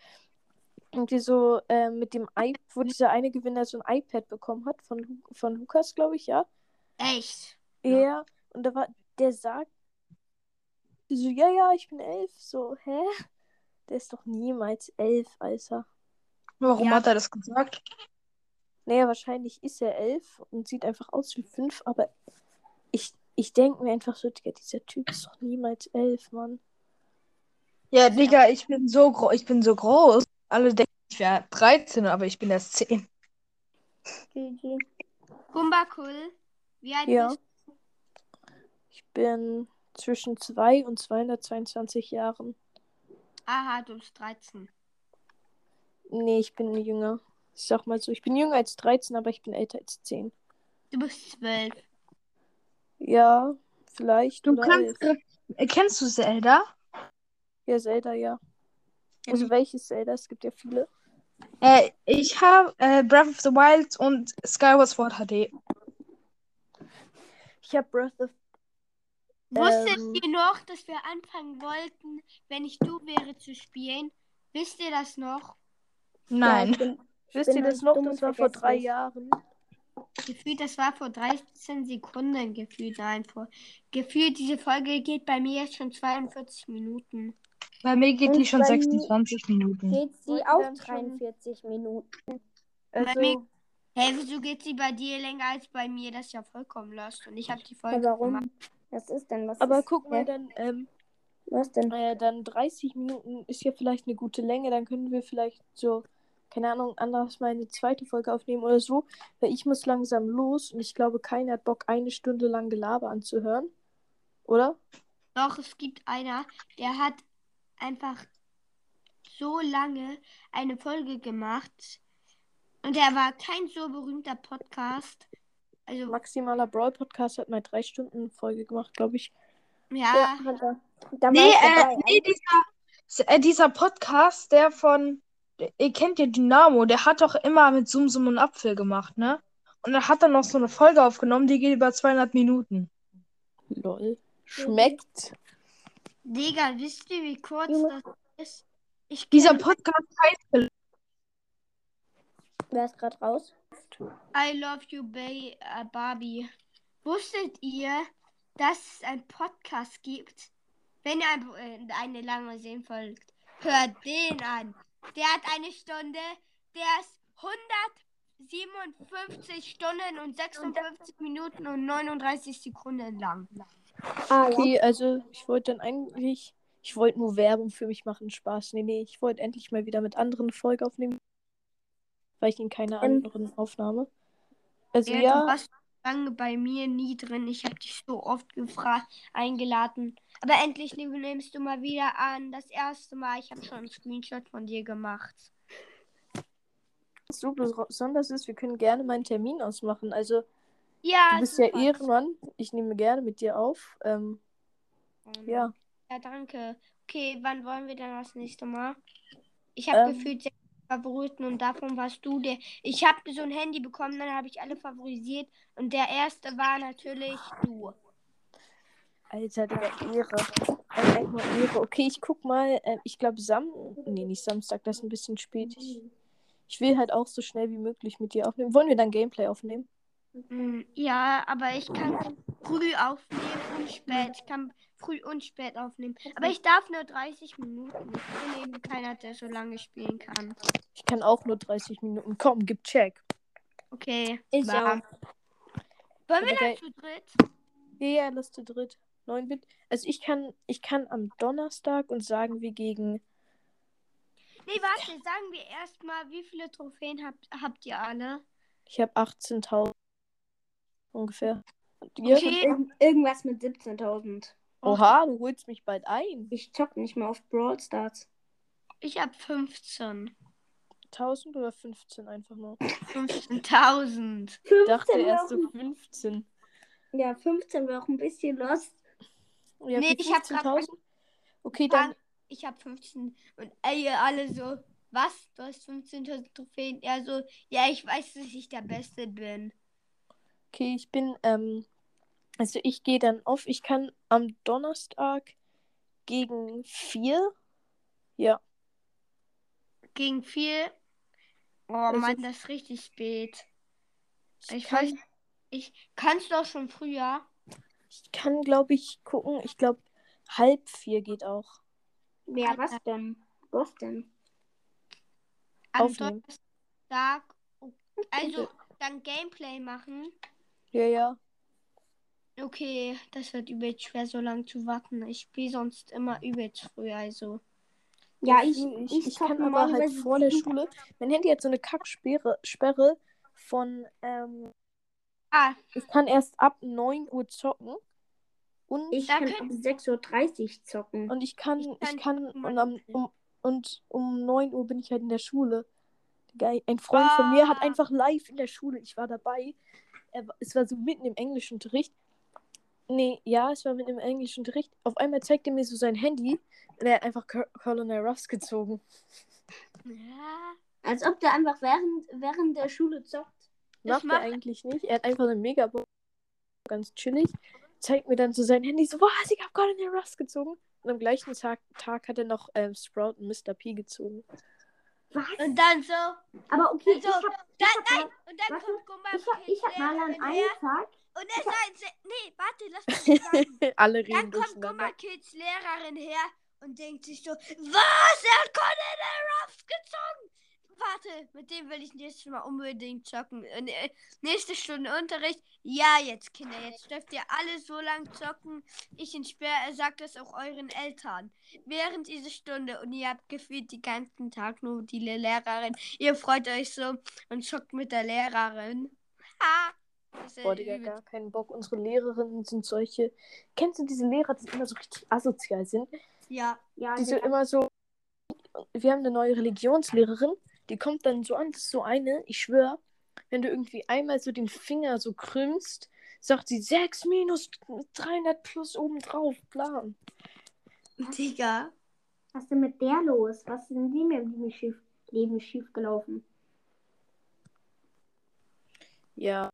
Speaker 8: Irgendwie so äh, mit dem iPad, wo dieser eine Gewinner so ein iPad bekommen hat, von, Lu- von Lukas, glaube ich, ja.
Speaker 1: Echt.
Speaker 8: Ja. Und da war, der sagt, so, ja, ja, ich bin elf. So, hä? Der ist doch niemals elf, Alter.
Speaker 5: Warum
Speaker 1: Ja.
Speaker 5: hat er das gesagt?
Speaker 8: Naja, wahrscheinlich ist er elf und sieht einfach aus wie fünf, aber ich, ich denke mir einfach so, Digga, dieser Typ ist doch niemals elf, Mann.
Speaker 5: Ja, Digga, ich bin so groß, ich bin so groß. Alle denken, ich wäre 13, aber ich bin erst 10.
Speaker 1: Gumbakul. Wie alt
Speaker 8: Ja.
Speaker 1: bist
Speaker 8: Ich bin zwischen zwei und 222 Jahren.
Speaker 1: du? Aha, du bist 13.
Speaker 8: Nee, ich bin jünger. Ich sag mal so, ich bin jünger als 13, aber ich bin älter als 10.
Speaker 1: Du bist 12.
Speaker 8: Ja, vielleicht.
Speaker 5: Du
Speaker 8: oder
Speaker 5: kannst.
Speaker 8: 11.
Speaker 5: Äh, Kennst du Zelda?
Speaker 8: Ja, Zelda, ja. Also welches Zelda? Es gibt ja viele.
Speaker 5: Äh, ich habe äh, Breath of the Wild und Skyward Sword HD.
Speaker 8: Ich habe Breath of
Speaker 1: Wusstet
Speaker 8: Ähm.
Speaker 1: ihr noch, dass wir anfangen wollten, wenn ich du wäre, zu spielen? Wisst ihr das noch?
Speaker 5: Nein.
Speaker 8: Wisst ihr
Speaker 2: bin halt
Speaker 8: das noch?
Speaker 2: dumm
Speaker 8: Das
Speaker 2: und
Speaker 8: war vor drei
Speaker 2: vergesslich.
Speaker 8: Jahren.
Speaker 1: Gefühlt, das war vor 13 Sekunden gefühlt. Nein, vor. Gefühlt, diese Folge geht bei mir jetzt schon 42 Minuten.
Speaker 5: Bei mir geht die
Speaker 2: Und
Speaker 5: schon
Speaker 2: bei mir-
Speaker 5: 26 Minuten.
Speaker 2: Geht sie
Speaker 8: Wollten
Speaker 2: auch
Speaker 8: dann schon-
Speaker 2: 43 Minuten.
Speaker 8: Also,
Speaker 1: mir- Hey, wieso geht sie bei dir länger als bei mir? Das ist ja vollkommen lost. Und ich habe die Folge
Speaker 2: Ja,
Speaker 1: gemacht.
Speaker 2: warum? Was ist denn? Was
Speaker 8: aber
Speaker 2: ist,
Speaker 8: guck mal,
Speaker 2: Ja,
Speaker 8: dann, ähm,
Speaker 2: was denn?
Speaker 8: äh, dann 30 Minuten ist ja vielleicht eine gute Länge. Dann können wir vielleicht so, keine Ahnung, anders mal eine zweite Folge aufnehmen oder so. Weil ich muss langsam los und ich glaube, keiner hat Bock, eine Stunde lang Gelaber anzuhören. Oder?
Speaker 1: Doch, es gibt einer, der hat einfach so lange eine Folge gemacht. Und er war kein so berühmter Podcast. Also,
Speaker 8: Maximaler Brawl Podcast hat mal drei Stunden Folge gemacht, glaube ich.
Speaker 1: ja.
Speaker 2: Hat er- Da
Speaker 5: Nee,
Speaker 2: war ich
Speaker 5: äh,
Speaker 2: dabei.
Speaker 5: nee dieser, äh, dieser Podcast, der von. Ihr kennt ja Dynamo, der hat doch immer mit Zoom, Zoom und Apfel gemacht, ne? Und dann hat er noch so eine Folge aufgenommen, die geht über 200 Minuten.
Speaker 8: Lol. Schmeckt.
Speaker 1: Digga, wisst ihr, wie kurz
Speaker 2: Junge.
Speaker 1: das ist? Ich
Speaker 5: Dieser
Speaker 1: kenn
Speaker 5: Podcast
Speaker 2: Wer ist gerade raus?
Speaker 1: I Love You Bay, äh, Barbie. Wusstet ihr, dass es einen Podcast gibt? Wenn ihr ein, äh, eine lange sehen folgt, hört den an. Der hat eine Stunde, der ist 157 Stunden und 56 Minuten und 39 Sekunden lang.
Speaker 2: Ah, ja.
Speaker 8: Okay, also ich wollte dann eigentlich, ich wollte nur Werbung für mich machen, Spaß. Nee, nee, ich wollte endlich mal wieder mit anderen eine Folge aufnehmen. Weil ich in keiner
Speaker 2: Ähm.
Speaker 8: anderen Aufnahme. Also
Speaker 1: Ja,
Speaker 8: ja,
Speaker 1: du warst lange bei mir nie drin. Ich habe dich so oft gefragt, eingeladen. Aber endlich nimm- nimmst du mal wieder an. Das erste Mal, ich habe schon einen Screenshot von dir gemacht.
Speaker 8: was so besonders ist, wir können gerne mal einen Termin ausmachen. Also
Speaker 1: Ja,
Speaker 8: du bist
Speaker 1: super.
Speaker 8: ja Ehrenmann. Ich nehme gerne mit dir auf. Ähm, ja.
Speaker 1: Ja, danke. Okay, wann wollen wir denn das nächste Mal? Ich habe
Speaker 8: Ähm.
Speaker 1: gefühlt sechs Favoriten und davon warst du der. Ich habe so ein Handy bekommen, dann habe ich alle favorisiert und der erste war natürlich du.
Speaker 8: Alter, Digga, Ehre. Alter, echt mal Ehre. Okay, ich guck mal. ähm, ich glaube, Sam. Nee, nicht Samstag, das ist ein bisschen spät. Ich, ich will halt auch so schnell wie möglich mit dir aufnehmen. Wollen wir dann Gameplay aufnehmen?
Speaker 1: Mm, Ja, aber ich kann früh aufnehmen und spät. Ich kann früh und spät aufnehmen. Aber ich darf nur 30 Minuten. Ich bin eben keiner, der so lange spielen kann.
Speaker 8: Ich kann auch nur 30 Minuten. Komm, gib Check.
Speaker 1: Okay.
Speaker 2: Ich
Speaker 1: war. Wollen wir dann
Speaker 8: Okay.
Speaker 1: zu dritt?
Speaker 8: Ja, ja, lass zu dritt. 9 Bit. Also ich kann, ich kann am Donnerstag und sagen wir gegen.
Speaker 1: Nee, warte, sagen wir erstmal, wie viele Trophäen habt, habt ihr alle?
Speaker 8: Ich habe 18.000 ungefähr. Und ihr?
Speaker 1: Okay.
Speaker 2: Irgend, irgendwas mit 17.000.
Speaker 8: Oha, du holst mich bald ein.
Speaker 2: Ich zock nicht mehr auf Brawl Stars.
Speaker 1: Ich hab 15.
Speaker 8: 1000 oder 15 einfach mal.
Speaker 1: 15.000.
Speaker 8: Ich dachte
Speaker 2: 15 wäre
Speaker 8: erst
Speaker 2: auch,
Speaker 8: so 15.
Speaker 2: ja, 15 wäre auch ein bisschen lost.
Speaker 8: Ja,
Speaker 1: Nee,
Speaker 8: okay,
Speaker 1: ich hab grad-
Speaker 8: 15.000? Okay, dann.
Speaker 1: Ich hab 15. Und ey, ihr alle so, was? Du hast 15.000 Trophäen? Er so, ja, ich weiß, dass ich der Beste bin.
Speaker 8: Okay, ich bin, ähm, also ich gehe dann auf. Ich kann am Donnerstag gegen 4. Ja,
Speaker 1: Gegen viel. Oh
Speaker 8: Also-
Speaker 1: Mann, das ist richtig spät.
Speaker 8: ich,
Speaker 1: Ich
Speaker 8: kann,
Speaker 1: weiß. Ich kannst du auch schon früher.
Speaker 8: ich kann glaube ich, gucken. Ich glaube, halb 4 geht auch.
Speaker 2: Ja, was denn? Was denn?
Speaker 1: Am
Speaker 8: Aufnehmen.
Speaker 1: Donnerstag. Also dann Gameplay machen.
Speaker 8: Ja, ja.
Speaker 1: Okay, das wird übelst schwer, so lange zu warten. Ich spiele sonst immer übelst früh, also.
Speaker 2: Ja, ich,
Speaker 8: ich,
Speaker 2: ich,
Speaker 8: ich kann
Speaker 2: zock
Speaker 8: aber halt
Speaker 2: normalerweise
Speaker 8: vor der
Speaker 2: sieben-
Speaker 8: Schule. Mein Handy hat so eine Kacksperre Sperre von, ähm,
Speaker 1: Ah,
Speaker 8: ich kann erst ab 9 Uhr zocken. Und
Speaker 2: Ich
Speaker 1: Da
Speaker 2: kann ab 6.30 Uhr zocken.
Speaker 8: Und ich kann, ich
Speaker 1: kann
Speaker 8: kann, und,
Speaker 1: Mann.
Speaker 8: am, um, und um 9 Uhr bin ich halt in der Schule. Digga, Ein Freund von mir hat
Speaker 1: Ah.
Speaker 8: einfach live in der Schule, ich war dabei. Er, wa- es war so mitten im Englischunterricht. Nee, ja, es war mitten im Englischunterricht. Auf einmal zeigt er mir so sein Handy und er hat einfach Col- Colonel Ruffs gezogen.
Speaker 1: ja.
Speaker 2: Als ob der einfach während, während der Schule zockt.
Speaker 8: Macht er
Speaker 1: macht-
Speaker 8: eigentlich nicht. Er hat einfach eine Megabox, ganz chillig. Zeigt mir dann so sein Handy, so, was, ich hab Colonel Ruffs gezogen. Und am gleichen Tag, Tag hat er noch ähm, Sprout und Mr. P gezogen.
Speaker 1: Und dann so.
Speaker 2: Aber okay, ich
Speaker 1: So,
Speaker 2: hab,
Speaker 1: Da,
Speaker 2: ich hab,
Speaker 1: Also, nein, und dann
Speaker 2: warte,
Speaker 1: kommt Gumba
Speaker 2: ich hab, ich hab mal an
Speaker 1: und
Speaker 2: einem
Speaker 1: er,
Speaker 2: Tag
Speaker 1: und er sagt, nee, warte, lass mich das sagen.
Speaker 8: Alle
Speaker 1: Dann
Speaker 8: reden
Speaker 1: kommt
Speaker 8: durcheinander.
Speaker 1: Gumba Kids Lehrerin her und denkt sich so, was? Er hat Colonel Ruffs gezogen! Warte, mit dem will ich nächstes Mal unbedingt zocken. Und, äh, nächste Stunde Unterricht. Ja, jetzt, Kinder, jetzt dürft ihr alle so lang zocken. Ich in Sperr, äh, sagt das auch euren Eltern. Während dieser Stunde und ihr habt gefühlt den ganzen Tag nur die Le- Lehrerin. Ihr freut euch so und zockt mit der Lehrerin. Ha! Das ist
Speaker 8: Boah, Digga,
Speaker 1: übel.
Speaker 8: gar keinen Bock. Unsere Lehrerinnen sind solche. Kennst du diese Lehrer, die immer so richtig asozial sind?
Speaker 1: Ja.
Speaker 2: Ja,
Speaker 8: Die so
Speaker 2: Digga,
Speaker 8: immer so. Wir haben eine neue Religionslehrerin, die kommt dann so an, das ist so eine, ich schwöre, wenn du irgendwie einmal so den Finger so krümmst, sagt sie 6 minus 300 plus obendrauf, bla.
Speaker 1: Digga.
Speaker 2: was ist denn mit der los? Was ist denn in dem im Leben schief, Leben schief gelaufen?
Speaker 8: Ja.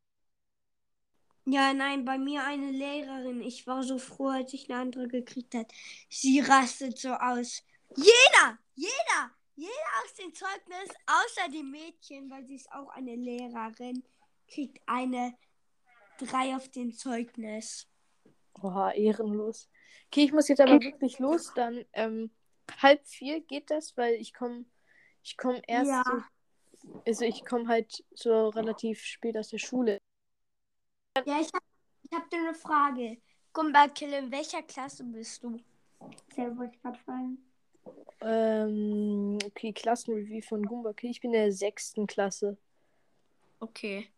Speaker 1: Ja, nein, bei mir eine Lehrerin. Ich war so froh, als ich eine andere gekriegt hat. Sie rastet so aus. Jeder, jeder, jeder aus dem Zeugnis, außer die Mädchen, weil sie ist auch eine Lehrerin, kriegt eine drei auf dem Zeugnis.
Speaker 8: Boah, ehrenlos. Okay, ich muss jetzt aber wirklich los, dann ähm, halb vier geht das, weil ich komme ich komm erst
Speaker 1: Ja.
Speaker 8: so Also ich komme halt so relativ spät aus der Schule.
Speaker 1: Ja, ich hab, ich hab dir eine Frage. Gumbakill, in welcher Klasse bist du?
Speaker 2: Sehr wollte ich gerade fragen.
Speaker 8: Ähm, okay, Klassenreview von Gumba. Okay, ich bin in der sechsten Klasse.
Speaker 1: Okay.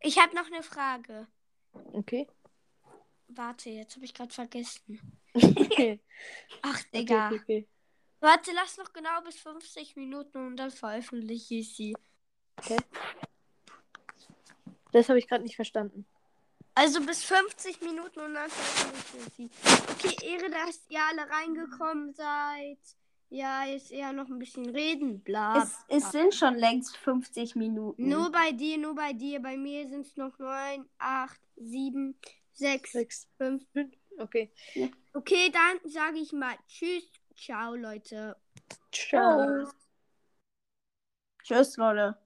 Speaker 1: Ich habe noch eine Frage.
Speaker 8: Okay.
Speaker 1: Warte, jetzt habe ich gerade vergessen.
Speaker 8: okay,
Speaker 1: Ach, Digga.
Speaker 8: okay, okay.
Speaker 1: Warte, lass noch genau bis 50 Minuten und dann veröffentliche ich sie.
Speaker 8: Das habe ich gerade nicht verstanden.
Speaker 1: Also bis 50 Minuten und dann veröffentlichen sie. Okay, Ehre, dass ihr alle reingekommen seid. Ja, jetzt eher noch ein bisschen reden. Bla.
Speaker 2: Es, es sind schon längst 50
Speaker 8: Mhm.
Speaker 2: Minuten.
Speaker 1: Ah, Nur bei dir, nur bei dir. Bei mir sind es noch 9, 8, 7, 6,
Speaker 8: Sechs. Okay.
Speaker 1: Okay, dann sage ich mal Tschüss. Ciao, Leute.
Speaker 8: Ciao.
Speaker 2: Tschüss, Leute.